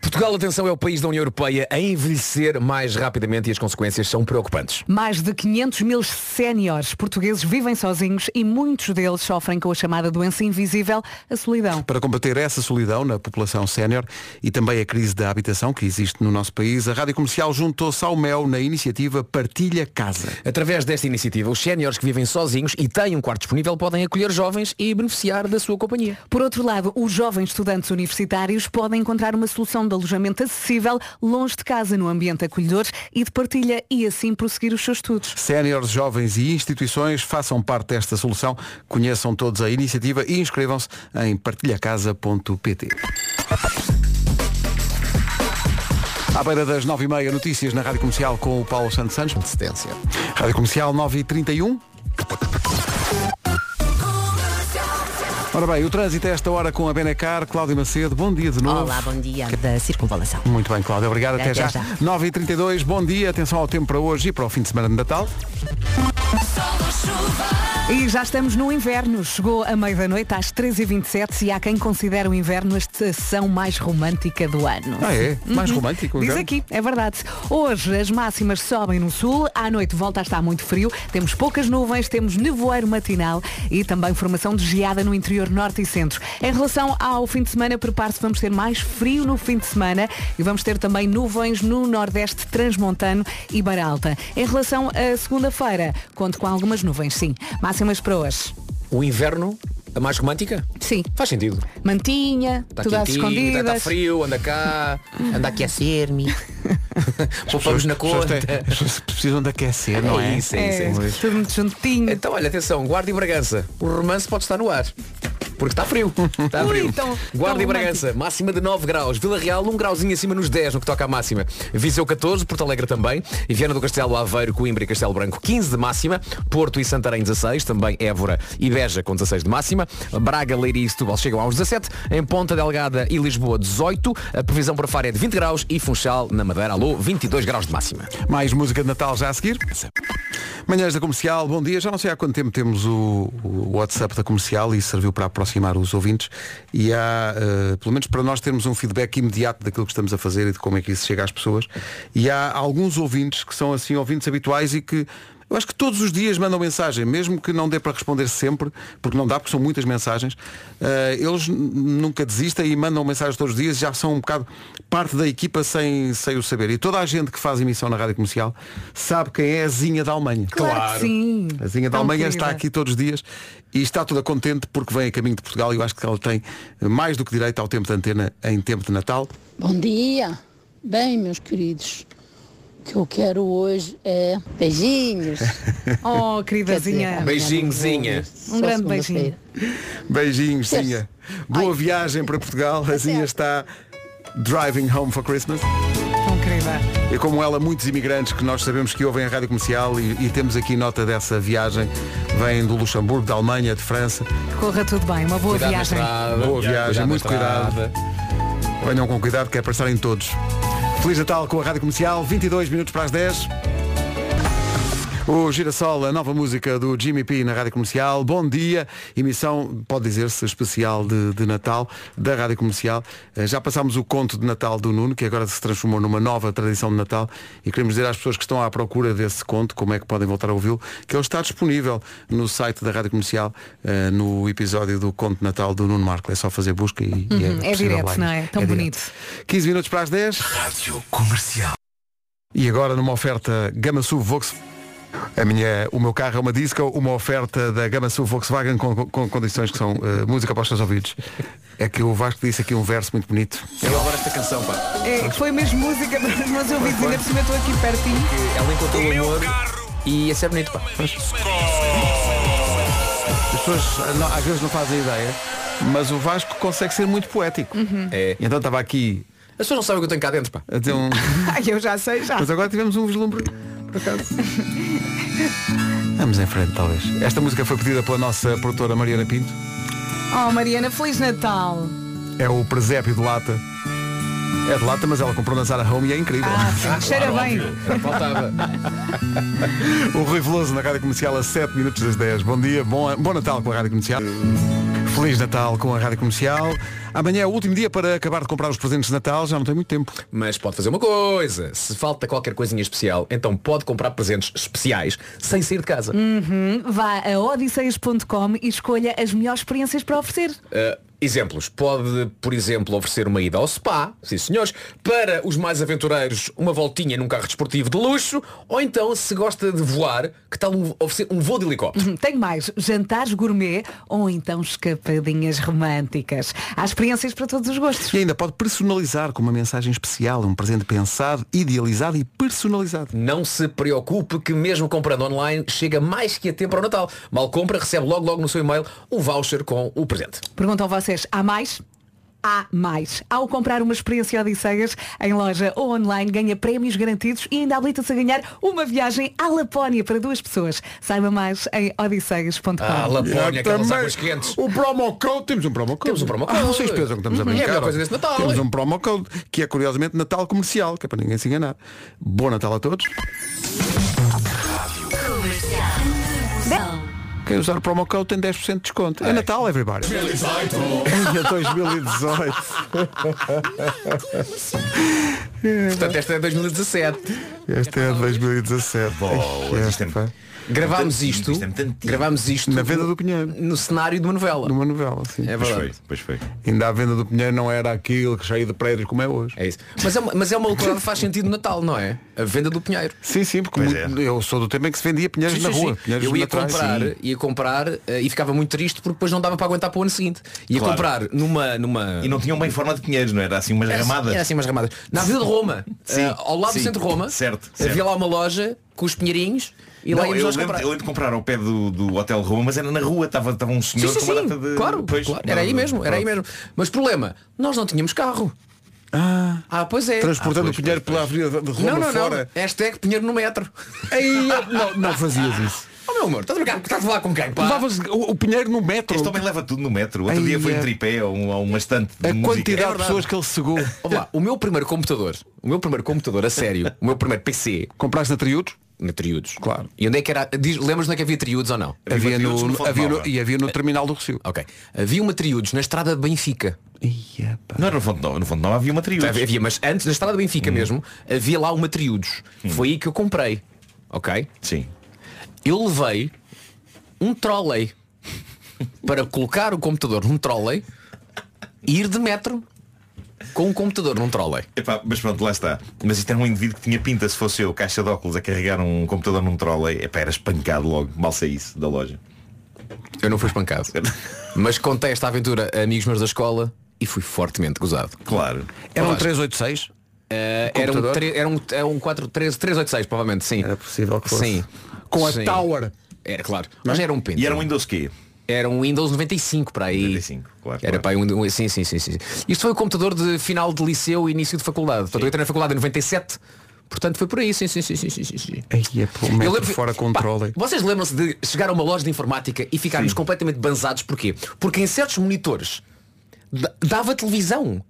Speaker 1: Portugal, atenção, é o país da União Europeia a envelhecer mais rapidamente e as consequências são preocupantes.
Speaker 4: Mais de 500 mil séniores portugueses vivem sozinhos e muitos deles sofrem com a chamada doença invisível, a solidão.
Speaker 2: Para combater essa solidão na população sénior e também a crise da habitação que existe no nosso país, a Rádio Comercial juntou-se ao MEL na iniciativa Partilha Casa.
Speaker 1: Através desta iniciativa, os séniores que vivem sozinhos e têm um quarto disponível podem acolher jovens e beneficiar da sua companhia.
Speaker 4: Por outro lado, os jovens estudantes universitários podem encontrar uma solução de alojamento acessível, longe de casa, no ambiente acolhedor e de partilha e assim prosseguir os seus estudos.
Speaker 2: Séniores, jovens e instituições façam parte desta solução. Conheçam todos a iniciativa e inscrevam-se em partilhacasa.pt. À beira das 9h30, notícias na Rádio Comercial com o Paulo Santos Santos. Antecedência. Rádio Comercial 9h31. Ora bem, o trânsito a esta hora com a Benacar, Cláudio Macedo, bom dia de novo.
Speaker 14: Olá, bom dia da circunvalação.
Speaker 2: Muito bem, Cláudio, obrigado, até,
Speaker 14: Até
Speaker 2: já.
Speaker 14: já.
Speaker 2: 9h32, bom dia, atenção ao tempo para hoje e para o fim de semana de Natal.
Speaker 4: E já estamos no inverno. Chegou a meio da noite às 13h27 e há quem considere o inverno a estação mais romântica do ano.
Speaker 2: Ah, é? Mais romântico o
Speaker 4: Diz
Speaker 2: inverno?
Speaker 4: aqui, é verdade. Hoje as máximas sobem no sul, à noite volta a estar muito frio, temos poucas nuvens, temos nevoeiro matinal e também formação de geada no interior norte e centro. Em relação ao fim de semana, prepare-se, vamos ter mais frio no fim de semana e vamos ter também nuvens no nordeste transmontano e Baralta. Em relação à segunda-feira, conto com algumas nuvens, sim. Máximas para hoje.
Speaker 1: O inverno, a mais romântica?
Speaker 4: Sim.
Speaker 1: Faz sentido.
Speaker 4: Mantinha,
Speaker 1: Está
Speaker 4: tudo às
Speaker 1: Tá quentinho, está
Speaker 4: escondidas.
Speaker 1: está frio, anda cá, anda aqui a *laughs* ser-me. Poupamos na
Speaker 2: pessoas
Speaker 1: conta.
Speaker 2: têm- as pessoas precisam de aquecer, não é?
Speaker 1: Isso, é isso, é
Speaker 4: É,
Speaker 1: isso.
Speaker 4: tudo muito juntinho.
Speaker 1: *laughs* Então, olha, atenção, Guarda e Bragança. O romance pode estar no ar. Porque está frio.
Speaker 4: Ui,
Speaker 1: Está
Speaker 4: então,
Speaker 1: frio.
Speaker 4: tão-
Speaker 1: Guarda
Speaker 4: tão
Speaker 1: e Bragança, máxima de 9 graus. Vila Real, 1 grauzinho acima nos 10, no que toca à máxima. Viseu 14, Porto Alegre também. E Viana do Castelo, Aveiro, Coimbra e Castelo Branco, 15 de máxima. Porto e Santarém, 16. Também Évora e Beja, com 16 de máxima. Braga, Leiria e Setúbal chegam aos 17. Em Ponta Delgada e Lisboa, 18. A previsão para Faro é de 20 graus. E Funchal, na Madeira, alô, 22 graus de máxima.
Speaker 2: Mais música de Natal já a seguir. Manhãs da Comercial, bom dia. Já não sei há quanto tempo temos o, o WhatsApp da Comercial e isso serviu para aproximar os ouvintes e há, eh, pelo menos para nós termos um feedback imediato daquilo que estamos a fazer e de como é que isso chega às pessoas. E há alguns ouvintes que são assim ouvintes habituais e que eu acho que todos os dias mandam mensagem, mesmo que não dê para responder sempre, porque não dá, porque são muitas mensagens. eh, eles n- nunca desistem e mandam mensagens todos os dias, já são um bocado parte da equipa sem, sem o saber. E toda a gente que faz emissão na rádio comercial sabe quem é a Zinha da Alemanha.
Speaker 4: Claro que sim.
Speaker 2: A Zinha da
Speaker 4: Tão
Speaker 2: Alemanha
Speaker 4: querida.
Speaker 2: está aqui todos os dias e está toda contente porque vem a caminho de Portugal e eu acho que ela tem mais do que direito ao tempo de antena em tempo de Natal.
Speaker 17: Bom dia. Bem, meus queridos, o que eu quero hoje é beijinhos.
Speaker 4: Oh,
Speaker 17: Quer
Speaker 4: queridazinha.
Speaker 17: dizer,
Speaker 2: Beijinhozinha.
Speaker 17: Um grande beijinho.
Speaker 2: Beijinhos, Zinha. Boa viagem para Portugal. A Zinha está driving home for Christmas.
Speaker 4: Tão querida.
Speaker 2: E como ela, muitos imigrantes que nós sabemos que ouvem a rádio comercial e, e temos aqui nota dessa viagem, vêm do Luxemburgo, da Alemanha, de França.
Speaker 4: Corra tudo bem, uma boa
Speaker 2: Cuidado na
Speaker 4: viagem.
Speaker 2: estrada. Boa viagem, muito cuidado. Venham com cuidado, que é para estarem todos. Feliz Natal com a Rádio Comercial, 22 minutos para as 10. O Girassol, a nova música do Jimmy P na Rádio Comercial. Bom dia, emissão, pode dizer-se, especial de, de Natal da Rádio Comercial. Eh, Já passámos o conto de Natal do Nuno, que agora se transformou numa nova tradição de Natal. E queremos dizer às pessoas que estão à procura desse conto, como é que podem voltar a ouvi-lo, que ele está disponível no site da Rádio Comercial, eh, no episódio do conto de Natal do Nuno Marco. É só fazer busca e, e
Speaker 4: Uhum, é
Speaker 2: possível
Speaker 4: direto,
Speaker 2: lá ir.
Speaker 4: não é? Tão
Speaker 2: direto.
Speaker 4: bonito.
Speaker 2: 15 minutos para as 10. Rádio Comercial. E agora numa oferta Gama SUV Volkswagen. A minha, o meu carro é uma disco, uma oferta da Gama SUV Volkswagen com, com- com condições que são eh, música para os seus ouvidos. É que o Vasco disse aqui um verso muito bonito.
Speaker 1: Eu adoro esta canção, pá.
Speaker 4: É, foi mesmo música *laughs* para os meus ouvidos, ainda por cima estou aqui pertinho.
Speaker 1: Ela encontrou o amor e esse é bonito, pá.
Speaker 2: As pessoas ah, não- às vezes não fazem ideia, mas o Vasco consegue ser muito poético.
Speaker 4: Uhum.
Speaker 2: É. Então estava aqui.
Speaker 1: As pessoas não sabem o que eu tenho cá dentro, pá.
Speaker 2: A dizer *laughs* um...
Speaker 4: Ai, eu já sei, já.
Speaker 2: Mas agora tivemos um vislumbre. Vamos em frente, talvez. Esta música foi pedida pela nossa produtora Mariana Pinto.
Speaker 4: Oh, Mariana, Feliz Natal.
Speaker 2: É o presépio de lata. É de lata, mas ela comprou na Zara Home e é incrível.
Speaker 4: Ah, sim. Cheira bem.
Speaker 2: o Rui Veloso na Rádio Comercial a 7 minutos das 10. Bom dia, bom, bom Natal com a Rádio Comercial. Feliz Natal com a Rádio Comercial. Amanhã é o último dia para acabar de comprar os presentes de Natal, já não tem muito tempo.
Speaker 1: *laughs* Mas pode fazer uma coisa, se falta qualquer coisinha especial, então pode comprar presentes especiais sem sair de casa.
Speaker 4: Uhum. Vá a odisseias.com e escolha as melhores experiências para oferecer.
Speaker 1: Ah, Exemplos. Pode, por exemplo, oferecer uma ida ao spa, sim senhores, para os mais aventureiros, uma voltinha num carro desportivo de luxo, ou então, se gosta de voar, que tal um, oferecer um voo de helicóptero?
Speaker 4: Uhum, Tenho mais, jantares gourmet ou então escapadinhas românticas. Há experiências para todos os gostos.
Speaker 2: E ainda pode personalizar com uma mensagem especial, um presente pensado, idealizado e personalizado.
Speaker 1: Não se preocupe que mesmo comprando online chega mais que a tempo ao Natal. Mal compra, recebe logo logo no seu e-mail o voucher com o presente.
Speaker 4: Perguntam vocês, há mais? Há mais. Ao comprar uma experiência Odisseias em loja ou online, ganha prémios garantidos e ainda habilita-se a ganhar uma viagem à Lapónia para duas pessoas. Saiba mais em odisseias.com.
Speaker 1: Ah, Lapónia, aquelas
Speaker 2: É, também.
Speaker 1: águas quentes.
Speaker 2: O promo code, temos um promo code.
Speaker 1: Temos um promo
Speaker 2: Ah,
Speaker 1: code.
Speaker 2: vocês pensam que estamos a
Speaker 1: Uhum. É a
Speaker 2: brincar.
Speaker 1: melhor
Speaker 2: ó.
Speaker 1: coisa desse Natal,
Speaker 2: Temos
Speaker 1: é.
Speaker 2: um promo code, que é curiosamente Natal comercial, que é para ninguém se enganar. Bom Natal a todos. Quem usar o promo code tem 10% de desconto. É Natal, everybody.
Speaker 7: 2018.
Speaker 2: É 2018.
Speaker 1: Portanto, esta é 2017.
Speaker 2: Esta é a 2017.
Speaker 8: Bolas, isto é-
Speaker 1: Gravámos isto, gravámos isto
Speaker 2: Na venda do Pinheiro.
Speaker 1: No cenário de uma novela.
Speaker 2: Numa novela, sim.
Speaker 1: É
Speaker 8: Pois
Speaker 1: verdade.
Speaker 8: foi, pois foi.
Speaker 2: Ainda a venda do Pinheiro não era aquilo que cheio de prédios como é hoje.
Speaker 1: É isso. Mas é uma, mas é uma loucura que faz sentido no Natal, não é? A venda do Pinheiro.
Speaker 2: Sim, sim, porque
Speaker 8: Pois
Speaker 2: muito- eu sou do tempo em que se vendia pinheiros
Speaker 1: Sim,
Speaker 2: na
Speaker 1: sim,
Speaker 2: rua.
Speaker 1: sim.
Speaker 2: Pinheiros
Speaker 1: Eu ia
Speaker 2: naturais.
Speaker 1: comprar,
Speaker 2: Sim.
Speaker 1: ia comprar eh, e ficava muito triste porque depois não dava para aguentar para o ano seguinte. Ia
Speaker 8: Claro.
Speaker 1: comprar numa, numa.
Speaker 8: E não tinham bem forma de pinheiros, não era? Assim umas
Speaker 1: Era assim-
Speaker 8: ramadas.
Speaker 1: Era assim umas ramadas. Na Avenida de Roma,
Speaker 8: Sim,
Speaker 1: eh, ao lado
Speaker 8: sim.
Speaker 1: do centro de Roma,
Speaker 8: Certo,
Speaker 1: havia
Speaker 8: certo.
Speaker 1: lá uma loja com os pinheirinhos e lá
Speaker 8: Não,
Speaker 1: íamos
Speaker 8: eu,
Speaker 1: nós
Speaker 8: lembro,
Speaker 1: comprar.
Speaker 8: eu lembro de comprar ao pé do, do Hotel Roma, mas era na rua, estava, estava um
Speaker 1: Sim,
Speaker 8: senhor
Speaker 1: sim,
Speaker 8: com uma
Speaker 1: sim.
Speaker 8: data de.
Speaker 1: Claro,
Speaker 8: Pois,
Speaker 1: claro.
Speaker 8: não,
Speaker 1: Era aí mesmo, era aí
Speaker 8: pronto.
Speaker 1: mesmo. Mas problema, nós não tínhamos carro. Ah, pois é.
Speaker 2: Transportando
Speaker 8: Ah, pois,
Speaker 2: o Pinheiro
Speaker 8: pois,
Speaker 2: pela avenida de Roma
Speaker 1: não, não,
Speaker 2: fora.
Speaker 1: não. Hashtag Pinheiro no metro.
Speaker 2: Aí, não, não fazias isso.
Speaker 1: *laughs* Oh meu amor, estás a brincar? Estás a falar com quem? Pá?
Speaker 2: Levavas o, o Pinheiro no metro.
Speaker 8: Este homem leva tudo no metro. Outro
Speaker 2: Ai,
Speaker 8: dia foi
Speaker 2: é.
Speaker 8: em tripé ou um- ou uma estante de
Speaker 2: A
Speaker 8: música.
Speaker 2: quantidade
Speaker 8: É
Speaker 2: de
Speaker 8: verdade.
Speaker 2: pessoas que ele cegou.
Speaker 1: Olha lá, o meu primeiro computador, o meu primeiro computador, a sério, o meu primeiro PC,
Speaker 2: Compraste na Triudos?
Speaker 1: na Triudos.
Speaker 2: Claro.
Speaker 1: E onde é que era? Diz, lembras onde é que havia Triudos ou não?
Speaker 8: Havia
Speaker 2: Havia
Speaker 8: Triudos
Speaker 2: no,
Speaker 8: no Fonte
Speaker 2: havia no-
Speaker 8: Nova.
Speaker 2: e havia no terminal do Recio.
Speaker 1: Ok. Havia uma Triudos na estrada de Benfica.
Speaker 2: Ia, pá.
Speaker 8: Não era no Fonte Nova, no Fonte Nova havia uma tribo.
Speaker 1: Tá, Havia, mas antes, na estrada de Benfica
Speaker 2: Hum.
Speaker 1: mesmo, havia lá uma Triudos. Foi aí que eu comprei. Ok?
Speaker 8: Sim.
Speaker 1: Eu levei um trolley para colocar o computador num trolley e ir de metro com o computador num trolley.
Speaker 8: Epá, mas pronto, lá está. Mas isto era um indivíduo que tinha pinta, se fosse eu, caixa de óculos, a carregar um computador num trolley. Epá, era espancado logo, mal saísse da loja.
Speaker 1: Eu não fui espancado. Mas contei esta aventura a amigos meus da escola e fui fortemente gozado.
Speaker 8: Claro.
Speaker 2: Era um
Speaker 1: Olá.
Speaker 2: 386?
Speaker 1: Eh, era, um
Speaker 2: Computador?
Speaker 1: tre- era um, era um 4, 3, 386, provavelmente, sim.
Speaker 2: Era possível que fosse.
Speaker 1: Sim.
Speaker 2: Com a
Speaker 1: Sim.
Speaker 2: Tower.
Speaker 1: Era claro. Mas era um pente.
Speaker 8: E era um Windows quê?
Speaker 1: Era um Windows 95 para aí.
Speaker 8: 95, claro,
Speaker 1: Era
Speaker 8: claro.
Speaker 1: para aí um, um- sim, sim, sim, sim. Isto foi o computador de final de liceu e início de faculdade. Portanto, eu entrei na faculdade em 97. Portanto, foi por aí, sim, sim, sim, sim, sim, sim, sim.
Speaker 2: Aí é pô, metro fora
Speaker 1: pá,
Speaker 2: controle.
Speaker 1: vocês lembram-se de chegar a uma loja de informática e ficarmos completamente banzados porquê? Porque em certos monitores da- dava televisão.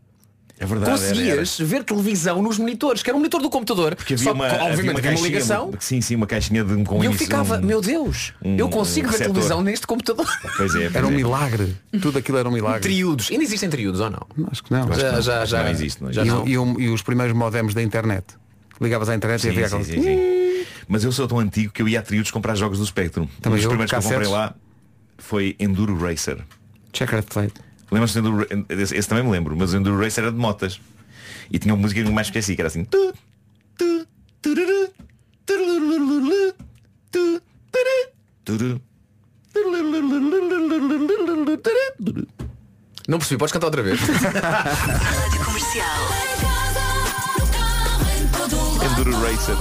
Speaker 8: É verdade. era- era.
Speaker 1: Conseguias ver televisão nos monitores, que era o monitor do computador,
Speaker 8: Porque havia
Speaker 1: só que,
Speaker 8: uma, havia
Speaker 1: obviamente, havia uma,
Speaker 8: caixinha,
Speaker 1: ligação.
Speaker 8: Sim, sim, uma caixinha de, com
Speaker 1: E eu
Speaker 8: isso,
Speaker 1: ficava,
Speaker 8: um-
Speaker 1: meu Deus,
Speaker 8: um-
Speaker 1: eu consigo
Speaker 8: um
Speaker 1: ver
Speaker 8: receptor.
Speaker 1: televisão neste
Speaker 8: *laughs*
Speaker 1: computador.
Speaker 8: Pois é, pois
Speaker 2: Era um
Speaker 8: é.
Speaker 2: milagre. Tudo aquilo era um milagre.
Speaker 1: Triudos. Ainda existem triudos ou não?
Speaker 2: Acho que não.
Speaker 8: Acho que
Speaker 1: Já,
Speaker 8: não,
Speaker 1: já,
Speaker 8: acho que
Speaker 1: já.
Speaker 8: Não existe, não
Speaker 1: Já
Speaker 8: existe.
Speaker 2: E, o- e o- e os primeiros modems da internet. Ligavas à internet e
Speaker 8: Sim,
Speaker 2: havia
Speaker 8: sim,
Speaker 2: aquela-
Speaker 8: sim, sim. Mas eu sou tão antigo que eu ia a trios comprar jogos do Spectrum.
Speaker 2: Também
Speaker 8: um dos
Speaker 2: eu,
Speaker 8: primeiros que eu comprei
Speaker 2: cassetes.
Speaker 8: lá foi Enduro Racer.
Speaker 2: Checkered plate.
Speaker 8: Lembras-te do Enduro Ra- esse, esse também me lembro, mas o Enduro Racer era de motas. E tinha uma música que eu mais esqueci, que era assim. tu, tu, tururu, turururururu, tu, turu, turu, tururururururu, turu, turu.
Speaker 1: Não percebi, podes cantar outra vez.
Speaker 13: Rádio Comercial.
Speaker 8: Enduro Racer.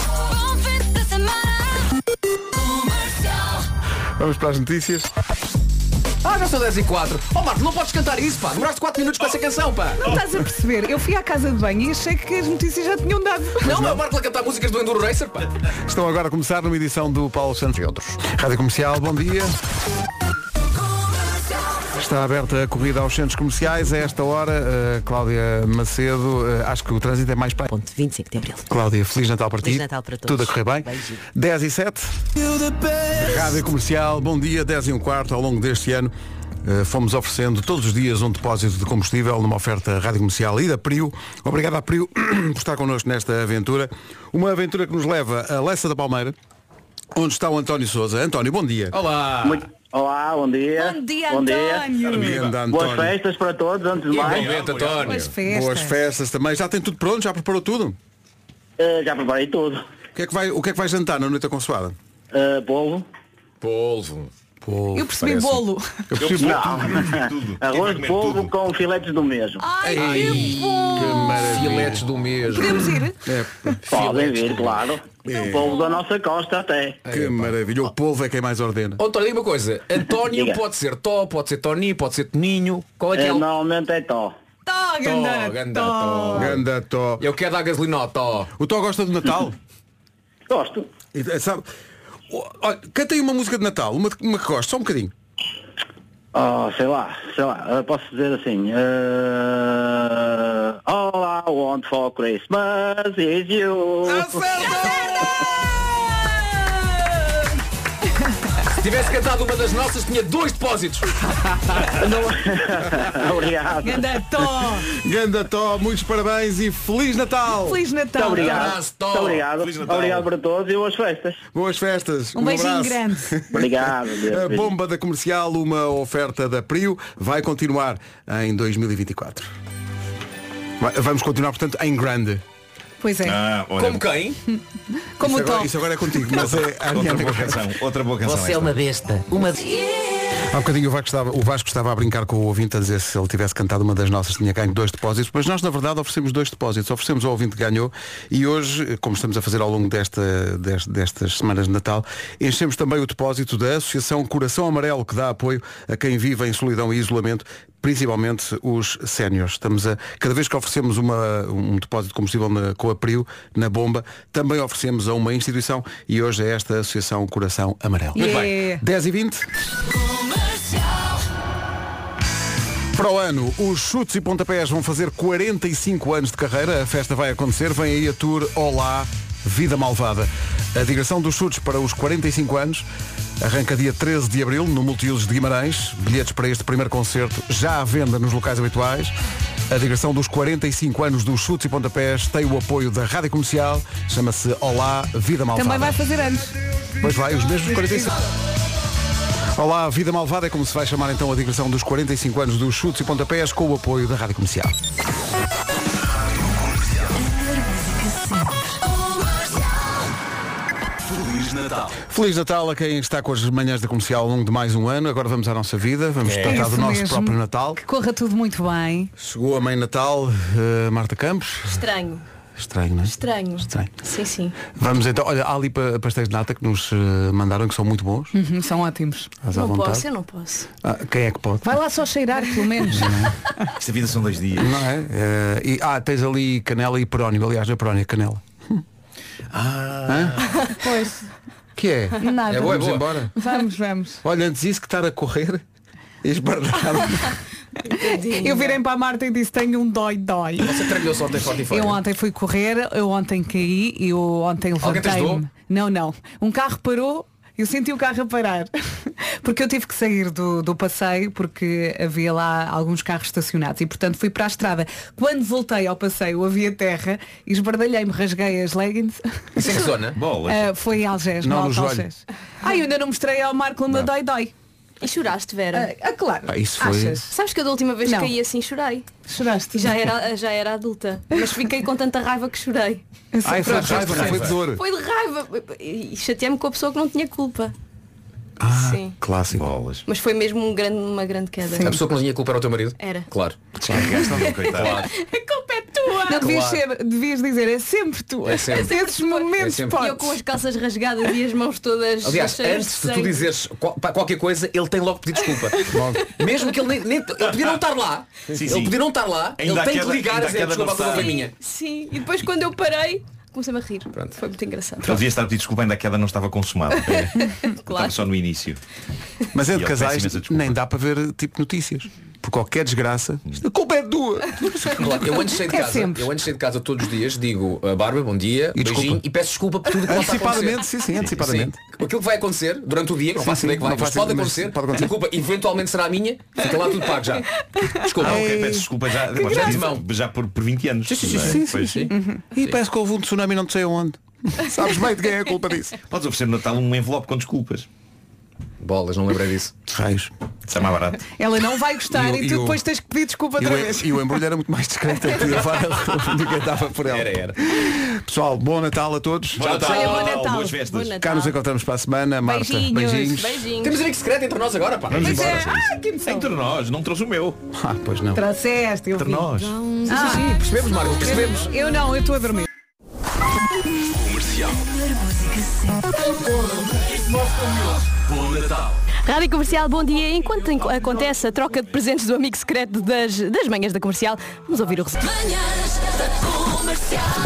Speaker 2: Vamos para as notícias.
Speaker 1: *laughs* ah, já são 10 e 4. Oh Marco, não podes cantar isso, pá. Demoraste 4 minutos com essa canção, pá.
Speaker 4: Não estás a perceber? Eu fui à casa de banho e achei que as notícias já tinham dado.
Speaker 1: Não, é o Marco a cantar músicas do Enduro Racer, pá.
Speaker 2: Estão agora a começar numa edição do Paulo Santos e outros. Rádio Comercial, bom dia. Está aberta a corrida aos centros comerciais. A esta hora, eh, Cláudia Macedo, eh, acho que o trânsito é mais para.
Speaker 14: Ponto 25 de Abril.
Speaker 2: Cláudia, Feliz Natal para ti.
Speaker 14: Feliz Natal para todos.
Speaker 2: Tudo a correr bem.
Speaker 14: Beijinho.
Speaker 2: 10 e 7. Rádio Comercial, bom dia, 10 e um quarto ao longo deste ano. eh, fomos oferecendo todos os dias um depósito de combustível numa oferta rádio comercial e da Priu. *clears throat* Obrigado à Priu por estar connosco nesta aventura. Uma aventura que nos leva a Leça da Palmeira, Onde está o António Souza? António, bom dia. Olá.
Speaker 18: Muito- Olá, bom dia.
Speaker 4: Bom dia,
Speaker 2: António. Bom dia, António.
Speaker 18: Boas festas para todos, antes de mais.
Speaker 4: Boas festas.
Speaker 2: Boas festas também. Já tem tudo pronto? Já preparou tudo?
Speaker 18: já preparei tudo.
Speaker 2: O que é que vai, o que é que vai jantar na noite da consoada?
Speaker 18: polvo.
Speaker 2: Polvo.
Speaker 4: Eu percebi bolo.
Speaker 2: Eu percebi bolo.
Speaker 18: Não. Arroz de polvo com filetes do mesmo.
Speaker 4: Ai, que bom!
Speaker 1: Filetes do mesmo.
Speaker 4: Podemos ir?
Speaker 2: É,
Speaker 18: Podem vir, claro. O povo da nossa costa até.
Speaker 2: Que maravilha. O polvo é quem mais ordena.
Speaker 1: Ó, António, Oh, diga uma coisa. António
Speaker 18: Diga.
Speaker 1: pode ser Tó, pode ser Tony, pode ser Toninho. Qual é que é?
Speaker 18: Eh,
Speaker 1: o-
Speaker 18: Normalmente é Tó.
Speaker 4: Tó,
Speaker 1: Tó, ganda Tó.
Speaker 2: Ganda Tó.
Speaker 1: Eu quero dar gasolina ao Tó.
Speaker 2: O Tó gosta do Natal?
Speaker 18: Gosto.
Speaker 2: E, eh, Sabe? O- Olha, canta aí uma música de Natal, uma, uma que gosta, só um bocadinho.
Speaker 18: Oh, sei lá, sei lá, eh, posso dizer assim. eh, All I want for Christmas is you.
Speaker 1: Se tivesse cantado uma das nossas, tinha dois depósitos.
Speaker 18: Obrigado.
Speaker 4: Ganda Tó.
Speaker 2: Ganda Tó, muitos parabéns e Feliz Natal!
Speaker 4: Feliz Natal.
Speaker 18: Muito obrigado.
Speaker 1: Ah,
Speaker 18: Muito obrigado. Obrigado para todos e boas festas.
Speaker 2: Boas festas.
Speaker 18: Um beijinho
Speaker 2: abraço.
Speaker 18: grande. Obrigado, Deus.
Speaker 2: A bomba da comercial, uma oferta da Prio, vai continuar em 2024. Vai- Vamos continuar, portanto, em grande.
Speaker 4: Pois é.
Speaker 8: Ah, Como
Speaker 1: quem?
Speaker 2: isso,
Speaker 4: Como o
Speaker 2: agora,
Speaker 4: Tom.
Speaker 2: isso agora é contigo, mas é a
Speaker 8: Outra
Speaker 2: minha
Speaker 8: boa canção, outra boa canção.
Speaker 2: Você é
Speaker 8: esta.
Speaker 2: uma
Speaker 14: besta. Uma...
Speaker 2: Há bocadinho o Vasco, estava, o Vasco estava a brincar com o ouvinte a dizer se ele tivesse cantado uma das nossas tinha ganho dois depósitos, mas nós na verdade oferecemos dois depósitos, oferecemos ao ouvinte que ganhou e hoje, como estamos a fazer ao longo desta, des- destas semanas de Natal, enchemos também o depósito da Associação Coração Amarelo, que dá apoio a quem vive em solidão e isolamento, principalmente os séniores. Estamos a, cada vez que oferecemos uma, um depósito de combustível na, com a PRIO, na bomba, também oferecemos a uma instituição e hoje é esta Associação Coração Amarelo.
Speaker 4: Muito bem. Yeah.
Speaker 2: 10 e 20. Para o ano, os chutes e pontapés vão fazer 45 anos de carreira. A festa vai acontecer. Vem aí a tour Olá, Vida Malvada. A digressão dos chutes para os 45 anos arranca dia 13 de abril no Multiusos de Guimarães. Bilhetes para este primeiro concerto já à venda nos locais habituais. A digressão dos 45 anos dos chutes e pontapés tem o apoio da Rádio Comercial. Chama-se Olá, Vida Malvada.
Speaker 4: Também vai fazer anos.
Speaker 2: Pois vai, os mesmos 45. Olá, Vida Malvada é como se vai chamar então a digressão dos 45 anos dos chutes e pontapés com o apoio da Rádio Comercial.
Speaker 7: Feliz Natal.
Speaker 2: Feliz Natal a quem está com as manhãs da comercial ao longo de mais um ano. Agora vamos à nossa vida, vamos
Speaker 4: É.
Speaker 2: tratar do
Speaker 4: Isso
Speaker 2: nosso
Speaker 4: mesmo.
Speaker 2: próprio Natal.
Speaker 4: Que corra tudo muito bem.
Speaker 2: Chegou a mãe Natal, eh, Marta Campos.
Speaker 19: Estranho.
Speaker 2: Estranho, não é?
Speaker 19: Estranho.
Speaker 2: Estranho.
Speaker 19: Sim, sim.
Speaker 2: Vamos então, olha, há ali pa- pastéis de nata que nos eh, mandaram que são muito bons.
Speaker 4: Uhum, são ótimos.
Speaker 2: Estás à
Speaker 19: Hum. não
Speaker 2: vontade.
Speaker 19: posso, eu não posso.
Speaker 2: Ah, quem é que pode?
Speaker 4: Vai lá só cheirar, pelo menos.
Speaker 8: Esta vida são dois dias.
Speaker 2: Não é? Eh, e, ah, tens ali canela e perónio. Aliás, na perónio é canela. Ah.
Speaker 4: *laughs* pois.
Speaker 2: Que é?
Speaker 4: Nada.
Speaker 2: É boa, é Vamos boa. embora?
Speaker 4: Vamos, vamos.
Speaker 2: Olha, antes disso que estar a correr *laughs* e esbarrar.
Speaker 4: Eu virei para a Marta e disse tenho um dói dói.
Speaker 1: Você tremeu-se ontem forte e forte.
Speaker 4: Eu ontem fui correr, eu ontem caí, eu ontem
Speaker 1: Alguém te
Speaker 4: levantei-me.
Speaker 1: ajudou?
Speaker 4: Não, não. Um carro parou, eu senti o carro a parar. *laughs* Porque eu tive que sair do, do passeio porque havia lá alguns carros estacionados e portanto fui para a estrada. Quando voltei ao passeio havia terra, esbardalhei-me, rasguei as leggings. *laughs*
Speaker 1: Isso é que zona?
Speaker 4: Ah, foi em Algés,
Speaker 1: Não,
Speaker 4: no
Speaker 1: no
Speaker 4: Alto
Speaker 1: joelho.
Speaker 4: Algés. Ah, eu ainda não mostrei ao Marco o meu dói dói.
Speaker 19: E choraste, Vera?
Speaker 4: Ah, ah, claro.
Speaker 2: Pá, isso foi-
Speaker 4: Achas? é.
Speaker 19: Sabes que eu da última vez
Speaker 4: Não.
Speaker 19: que caí assim chorei.
Speaker 4: Choraste?
Speaker 19: E já era, já era adulta. Mas fiquei com tanta raiva que chorei.
Speaker 2: Ai, foi de raiva, não Ah, é foi de dor.
Speaker 19: Foi de raiva. E chateei-me com a pessoa que não tinha culpa. Sim.
Speaker 2: Clássico.
Speaker 19: Mas foi mesmo um grande, uma grande queda.
Speaker 1: A pessoa que não tinha culpa era o teu marido?
Speaker 19: Era.
Speaker 1: Claro.
Speaker 19: Descarregaste-me, coitado.
Speaker 1: claro.
Speaker 19: é
Speaker 4: Não devias,
Speaker 1: Claro.
Speaker 4: ser- devias dizer, é sempre tu.
Speaker 1: É sempre.
Speaker 4: Esses momentos,
Speaker 1: É sempre.
Speaker 4: podes.
Speaker 19: E eu com as calças rasgadas e as mãos todas
Speaker 1: Aliás,
Speaker 19: cheias
Speaker 1: antes
Speaker 19: de
Speaker 1: de tu
Speaker 19: sangue.
Speaker 1: dizeres qual- pá, qualquer coisa, ele tem logo que pedir
Speaker 2: *laughs*
Speaker 1: desculpa. Mesmo que ele nem, nem- Ele podia não estar lá.
Speaker 19: Sim,
Speaker 1: ele
Speaker 19: sim.
Speaker 1: podia não estar lá.
Speaker 19: Ainda
Speaker 1: ele tem
Speaker 19: aquela-
Speaker 1: que ligar
Speaker 19: ainda
Speaker 1: a dizer
Speaker 19: aquela
Speaker 1: desculpa a culpa foi minha.
Speaker 19: Sim, e depois quando eu parei, comecei-me a rir. Foi muito engraçado.
Speaker 8: Ele devia estar a pedir desculpa, ainda a queda não estava consumada. Estava
Speaker 19: Claro.
Speaker 8: só no início.
Speaker 2: Mas
Speaker 8: E
Speaker 2: entre
Speaker 8: ele
Speaker 2: casais
Speaker 8: peço imensa
Speaker 2: nem dá para ver tipo notícias. Por qualquer desgraça. A culpa é tua.
Speaker 1: Claro, eu antes de sair de
Speaker 2: *laughs* É
Speaker 1: casa,
Speaker 2: sempre.
Speaker 1: eu antes de sair de casa todos os dias digo a Bárbara, bom dia,
Speaker 2: E
Speaker 1: beijinho
Speaker 2: desculpa.
Speaker 1: e peço desculpa por tudo o que possa
Speaker 2: Antecipadamente,
Speaker 1: acontecer.
Speaker 2: sim, sim, antecipadamente.
Speaker 1: Sim. Aquilo que vai acontecer durante o dia, que não
Speaker 2: Sim,
Speaker 1: faço ideia
Speaker 2: sim,
Speaker 1: que vai,
Speaker 2: não
Speaker 1: mas
Speaker 2: faço
Speaker 1: pode,
Speaker 2: ideia, mas
Speaker 1: acontecer,
Speaker 2: pode acontecer.
Speaker 1: desculpa, eventualmente será a minha, fica lá tudo pago já. Desculpa.
Speaker 2: É.
Speaker 8: Ah, ok, peço desculpa já,
Speaker 1: Que
Speaker 8: já,
Speaker 1: graça.
Speaker 8: já por, por 20 anos.
Speaker 2: Sim, sim,
Speaker 8: não é?
Speaker 2: sim, Uhum. sim,
Speaker 8: Pois.
Speaker 2: sim. E parece que houve um tsunami não sei onde. Sabes bem de quem é a culpa disso.
Speaker 8: Podes oferecer no Natal um envelope com desculpas.
Speaker 1: Bolas, não lembrei disso.
Speaker 2: Raios.
Speaker 8: Está mais barato.
Speaker 4: Ela não vai gostar
Speaker 2: E o-
Speaker 4: e,
Speaker 2: e
Speaker 4: tu
Speaker 2: o-
Speaker 4: depois tens que pedir desculpa
Speaker 2: E
Speaker 4: outra vez.
Speaker 2: o, e o embrulho era muito mais discreto *laughs* eu podia levar a- do que estava por ela.
Speaker 8: Era, era.
Speaker 2: Pessoal, bom Natal a todos.
Speaker 8: Bom Natal.
Speaker 4: Olha, bom Natal. Boas
Speaker 8: festas.
Speaker 4: Bom Natal.
Speaker 19: Tá.
Speaker 2: Cá nos encontramos para a semana. Marta,
Speaker 4: Beijinhos.
Speaker 2: beijinhos.
Speaker 1: Temos um link secreto entre nós agora, pá.
Speaker 2: Vamos
Speaker 1: Pois
Speaker 2: embora.
Speaker 1: é.
Speaker 4: Ai, que emoção.
Speaker 8: Entre nós, não trouxe o meu.
Speaker 2: Ah, pois não.
Speaker 4: Trouxeste, eu vi.
Speaker 8: Nós.
Speaker 4: Ah,
Speaker 1: Sim, percebemos, Marco, percebemos.
Speaker 4: Eu não, eu estou a dormir.
Speaker 13: Comercial.
Speaker 10: Bom Natal.
Speaker 20: Rádio Comercial, bom dia. Enquanto enco- acontece a troca de presentes do amigo secreto das, das manhãs da comercial, vamos ouvir o resultado.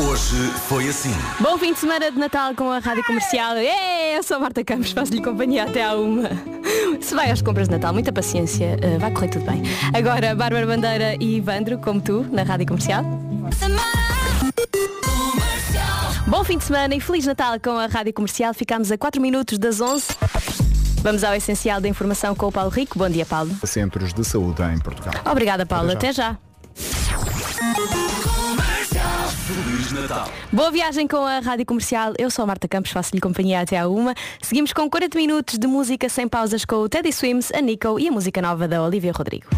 Speaker 10: Hoje foi assim.
Speaker 20: Bom fim de semana de Natal com a Rádio Comercial. É, eu sou a Marta Campos, faço-lhe companhia até à uma. Se vai às compras de Natal, muita paciência, eh, vai correr tudo bem. Agora, Bárbara Bandeira e Ivandro, como tu, na Rádio Comercial. Bom fim de semana e Feliz Natal com a Rádio Comercial. Ficamos a 4 minutos das 11. Vamos ao essencial da informação com o Paulo Rico. Bom dia, Paulo.
Speaker 21: Centros de saúde em Portugal.
Speaker 20: Obrigada, Paulo.
Speaker 21: Até
Speaker 20: Até
Speaker 21: já.
Speaker 20: já.
Speaker 10: Feliz Natal.
Speaker 20: Boa viagem com a Rádio Comercial. Eu sou a Marta Campos, faço-lhe companhia até à uma. Seguimos com 40 minutos de música sem pausas com o Teddy Swims, a Nico e a música nova da Olivia Rodrigo.